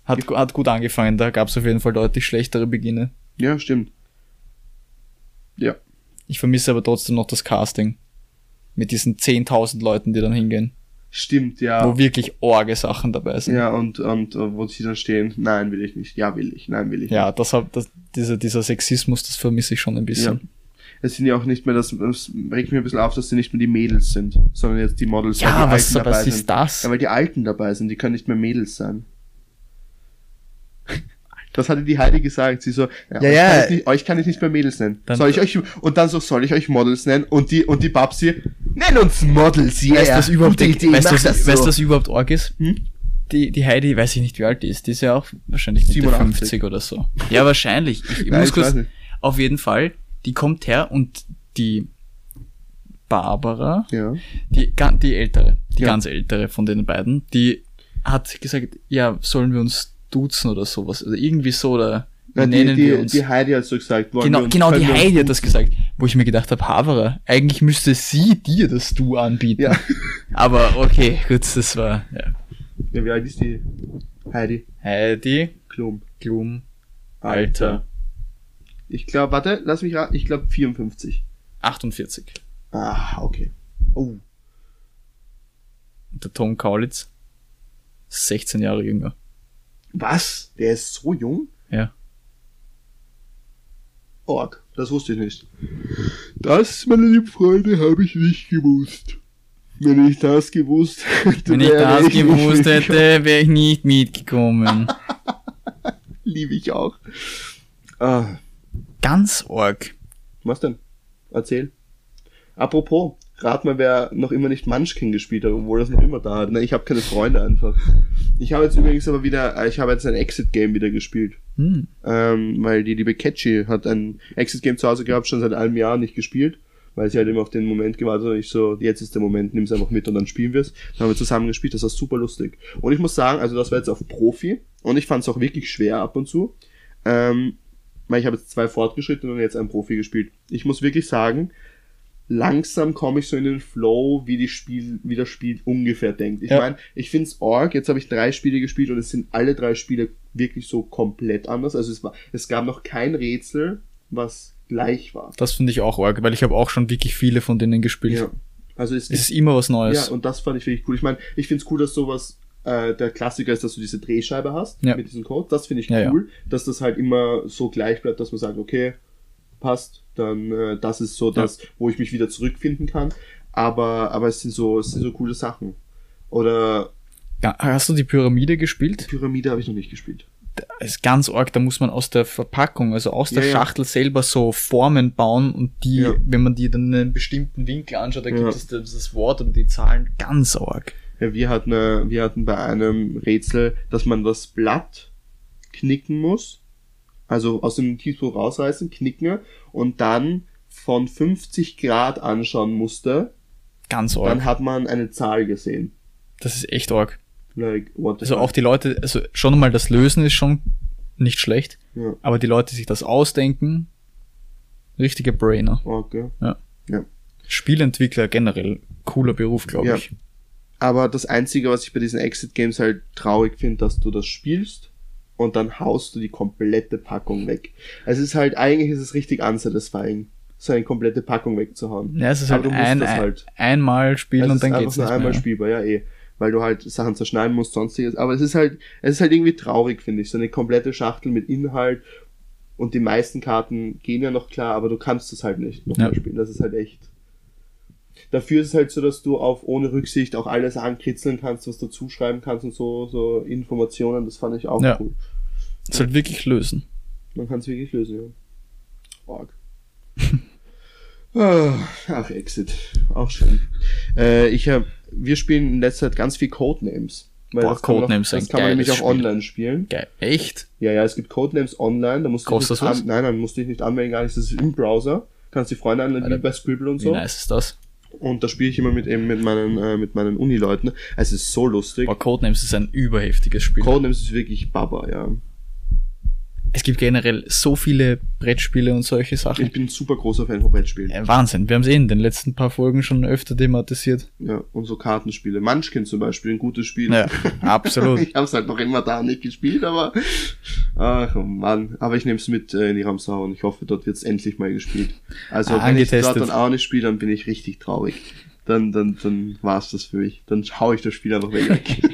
A: Hat, gu- hat gut angefangen, da gab es auf jeden Fall deutlich schlechtere Beginne.
B: Ja, stimmt. Ja.
A: Ich vermisse aber trotzdem noch das Casting. Mit diesen 10.000 Leuten, die dann hingehen,
B: Stimmt, ja.
A: wo wirklich orge Sachen dabei sind.
B: ja, und, und äh, wo sie dann stehen, nein, will ich nicht. Ja, will ich, nein, will ich.
A: Ja, das, hab, das, dieser, dieser Sexismus, das vermisse ich schon ein bisschen.
B: Es sind ja auch nicht mehr das, es regt mich ein bisschen auf, dass sie nicht mehr die Mädels sind, sondern jetzt die Models,
A: Ja,
B: die
A: was, was ist das?
B: Ja, weil die Alten dabei sind, die können nicht mehr Mädels sein. Das hatte die Heidi gesagt. Sie so,
A: Ja,
B: ja, euch,
A: ja.
B: Kann ich nicht, euch kann ich nicht mehr Mädels nennen.
A: Dann-
B: soll ich euch und dann so soll ich euch Models nennen und die und die Babsi nenn uns Models, yeah.
A: Weißt du, was überhaupt,
B: Gute Idee,
A: weißt, du,
B: mach
A: was,
B: das so.
A: weißt, du, was überhaupt arg ist?
B: Hm?
A: Die, die Heidi, weiß ich nicht, wie alt die ist. Die ist ja auch wahrscheinlich Mitte
B: 87.
A: 50 oder so. Ja, wahrscheinlich. Ich, ich
B: Nein,
A: muss
B: ich
A: kurz,
B: weiß nicht.
A: auf jeden Fall, die kommt her und die Barbara,
B: Ja.
A: die, gan- die ältere, die
B: Ja.
A: ganz ältere von den beiden, die hat gesagt, ja, sollen wir uns duzen oder sowas? Oder irgendwie so, oder
B: Na,
A: wie nennen
B: die, die,
A: wir uns.
B: die Heidi hat so gesagt, wollen wir
A: genau,
B: uns,
A: genau
B: können
A: die
B: wir uns
A: Heidi hat
B: duzen?
A: das gesagt, wo ich mir gedacht habe, Havara, eigentlich müsste sie dir das Du anbieten.
B: Ja.
A: Aber okay, gut, das war ja.
B: Ja, wie alt ist die Heidi
A: Heidi
B: Klum?
A: Klum Alter
B: Ich glaube, warte, lass mich raten, ich glaube 54.
A: 48.
B: Ah, okay. Oh.
A: Und der Tom Kaulitz 16 Jahre jünger.
B: Was? Der ist so jung?
A: Ja.
B: Org, das wusste ich nicht. Das, meine lieben Freunde, habe ich nicht gewusst. Wenn ich das gewusst hätte,
A: Wenn ich
B: wäre
A: das
B: nicht
A: gewusst
B: mitgekommen.
A: hätte, wäre ich nicht mitgekommen.
B: Liebe ich auch. Ah,
A: Ganz arg.
B: was denn? Erzähl. Apropos, rat mal, wer noch immer nicht Munchkin gespielt hat, obwohl das noch immer da hat. Ne, ich habe keine Freunde einfach. Ich habe jetzt übrigens aber wieder, äh, ich habe jetzt ein Exit-Game wieder gespielt.
A: Hm.
B: ähm, weil die liebe Catchy hat ein Exit-Game zu Hause gehabt, schon seit einem Jahr nicht gespielt, weil sie halt immer auf den Moment gewartet hat und ich so, jetzt ist der Moment, nimm's einfach mit und dann spielen wir's. Dann haben wir zusammen gespielt, das war super lustig. Und ich muss sagen, also das war jetzt auf Profi und ich fand's auch wirklich schwer ab und zu, ähm, weil ich habe jetzt zwei fortgeschritten und jetzt einen Profi gespielt. Ich muss wirklich sagen, langsam komme ich so in den Flow, wie, die Spiel, wie das Spiel ungefähr denkt. Ich
A: Ja.
B: meine, ich finde es org, jetzt habe ich drei Spiele gespielt und es sind alle drei Spiele wirklich so komplett anders. Also es, war, es gab noch kein Rätsel, was gleich war.
A: Das finde ich auch arg, weil ich habe auch schon wirklich viele von denen gespielt.
B: Ja. Also es,
A: Es ist immer was Neues.
B: ja, und das fand ich wirklich cool. Ich meine, ich finde es cool, dass sowas äh, der Klassiker ist, dass du diese Drehscheibe hast
A: Ja.
B: mit diesem Code. Das finde ich
A: Ja, ja.
B: cool, dass das halt immer so gleich bleibt, dass man sagt, okay, passt, dann äh, das ist so das, wo ich mich wieder zurückfinden kann. Aber, aber es sind so, es sind so coole Sachen. Oder
A: Ja, Hast du die Pyramide gespielt?
B: Pyramide habe ich noch nicht gespielt.
A: Das ist ganz arg, da muss man aus der Verpackung, also aus der
B: Ja, ja.
A: Schachtel selber so Formen bauen und die,
B: Ja.
A: wenn man die dann in einem bestimmten Winkel anschaut, dann
B: Ja.
A: gibt es das, das Wort und die Zahlen ganz arg.
B: Ja, wir hatten, äh, wir hatten bei einem Rätsel, dass man das Blatt knicken muss, also aus dem Notizbuch rausreißen, knicken und dann von 50 Grad anschauen musste,
A: Ganz
B: dann
A: arg.
B: hat man eine Zahl gesehen.
A: Das ist echt arg.
B: Like, what the
A: Also
B: fuck?
A: auch die Leute, also schon mal das Lösen ist schon nicht schlecht,
B: Ja.
A: aber die Leute, die sich das ausdenken, richtige Brainer.
B: Okay.
A: Spielentwickler generell, cooler Beruf, glaube
B: Ja.
A: ich.
B: Aber das Einzige, was ich bei diesen Exit-Games halt traurig finde, dass du das spielst und dann haust du die komplette Packung weg. Es ist halt, eigentlich ist es richtig unsatisfying, so eine komplette Packung wegzuhauen.
A: Ja, es ist
B: Aber
A: halt,
B: du musst
A: ein,
B: das
A: ein-
B: halt.
A: einmal spielen
B: Es
A: und
B: ist
A: dann
B: einfach
A: geht's
B: nur
A: nicht
B: einmal
A: mehr.
B: spielbar, ja eh. Weil du halt Sachen zerschneiden musst, sonstiges. Aber es ist halt, es ist halt irgendwie traurig, finde ich. So eine komplette Schachtel mit Inhalt und die meisten Karten gehen ja noch klar, aber du kannst es halt nicht nochmal
A: Ja.
B: spielen. Das ist halt echt. Dafür ist es halt so, dass du auf ohne Rücksicht auch alles ankritzeln kannst, was du zuschreiben kannst und so, so Informationen. Das fand ich auch
A: Ja.
B: cool.
A: Es ist halt wirklich lösen.
B: Man kann es wirklich lösen, ja. Org. Ah, Ach, Exit. Auch schön. Äh, ich hab, wir spielen in letzter Zeit ganz viel Codenames. Weil
A: Boah,
B: das kann man auch-
A: Codenames ist
B: Das
A: ein
B: kann man nämlich auch
A: geiles Spiel.
B: online spielen.
A: Geil. Echt?
B: Ja, ja, es gibt Codenames online. Da musst du
A: Kostet
B: dich
A: das
B: nicht
A: was?
B: an, nein, dann musst du dich nicht anmelden, gar nichts. Das ist im Browser. Kannst die Freunde anmelden, wie
A: Alter.
B: bei Scribble und
A: Wie
B: so.
A: nice ist das?
B: Und da spiele ich immer mit eben mit meinen, äh, mit meinen Uni-Leuten. Es ist so lustig.
A: Boah, Codenames ist ein überheftiges Spiel.
B: Codenames ist wirklich Baba, ja.
A: es gibt generell so viele Brettspiele und solche
B: Ich
A: Sachen.
B: bin ein super großer Fan von Brettspielen.
A: Äh, Wahnsinn, wir haben es eh in den letzten paar Folgen schon öfter thematisiert.
B: Ja, und so Kartenspiele. Munchkin zum Beispiel, ein gutes Spiel.
A: Ja, absolut.
B: Ich hab's halt noch immer da nicht gespielt, aber ach oh Mann. Aber ich nehme es mit äh, in die Ramsau und ich hoffe, dort wird's endlich mal gespielt. Also
A: Ah,
B: wenn ich dort
A: angetestet.
B: dann auch nicht spiele, dann bin ich richtig traurig. Dann, dann, dann war's das für mich. Dann hau ich das Spiel einfach weg.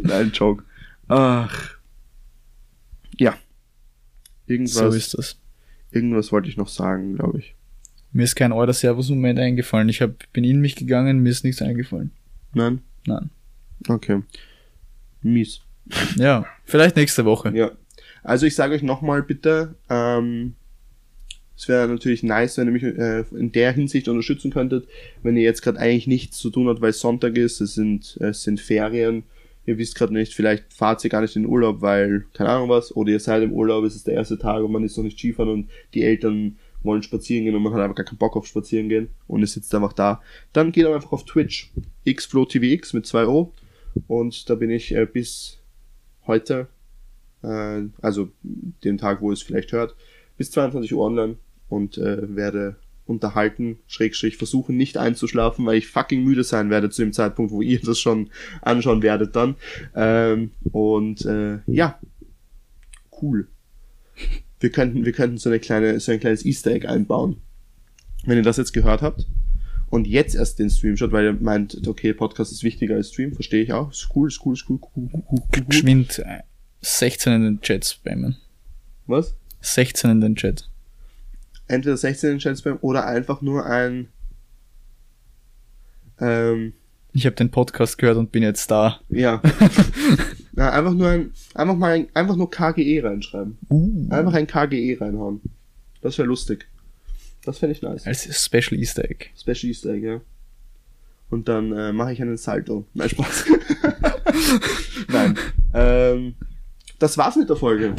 B: Nein, Joke. Ach. Ja. Irgendwas,
A: So ist das.
B: irgendwas wollte ich noch sagen, glaube ich.
A: Mir ist kein Order Servus-Moment eingefallen. Ich hab, bin in mich gegangen, mir ist nichts eingefallen.
B: Nein?
A: Nein.
B: Okay. Mies.
A: Ja, vielleicht nächste Woche.
B: Ja. Also ich sage euch nochmal bitte, ähm, es wäre natürlich nice, wenn ihr mich äh, in der Hinsicht unterstützen könntet, wenn ihr jetzt gerade eigentlich nichts zu tun habt, weil es Sonntag ist, es sind, es sind Ferien, ihr wisst gerade nicht, vielleicht fahrt ihr gar nicht in den Urlaub, weil, keine Ahnung was, oder ihr seid im Urlaub, es ist der erste Tag und man ist noch nicht Skifahren und die Eltern wollen spazieren gehen und man hat einfach gar keinen Bock auf spazieren gehen und ihr sitzt einfach da. Dann geht aber einfach auf Twitch, xflowtvx mit 2 O und da bin ich äh, bis heute äh, also dem Tag, wo ihr es vielleicht hört, bis 22 Uhr online und äh, werde unterhalten, schrägstrich versuchen nicht einzuschlafen, weil ich fucking müde sein werde zu dem Zeitpunkt, wo ihr das schon anschauen werdet dann. Ähm, und äh, ja, cool. Wir könnten, wir könnten so, eine kleine, so ein kleines Easter Egg einbauen. Wenn ihr das jetzt gehört habt und jetzt erst den Stream schaut, weil ihr meint, okay, Podcast ist wichtiger als Stream, verstehe ich auch. Ist cool, ist cool, ist cool, cool, cool, cool, cool.
A: Geschwind äh, 16 in den Chat spammen.
B: Was?
A: 16 in den Chat.
B: entweder 16 in Chat Spam oder einfach nur ein ähm,
A: Ich habe den Podcast gehört und bin jetzt da.
B: ja Na, einfach nur ein einfach mal ein, einfach nur KGE reinschreiben
A: Uh.
B: einfach ein KGE reinhauen das wäre lustig das fände ich nice
A: Als Special Easter Egg.
B: Special Easter Egg ja und dann äh, mache ich einen Salto nein Spaß nein ähm, das war's mit der Folge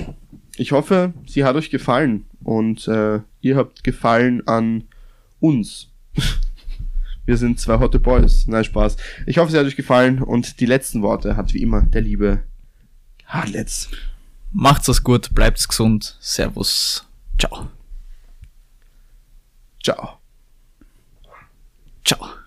B: ich hoffe sie hat euch gefallen und äh, ihr habt gefallen an uns Wir sind zwei Hotte Boys. Nein, Spaß. Ich hoffe, es hat euch gefallen und die letzten Worte hat wie immer der liebe Hartletz.
A: Macht's es gut, bleibt's gesund. Servus. Ciao.
B: Ciao.
A: Ciao.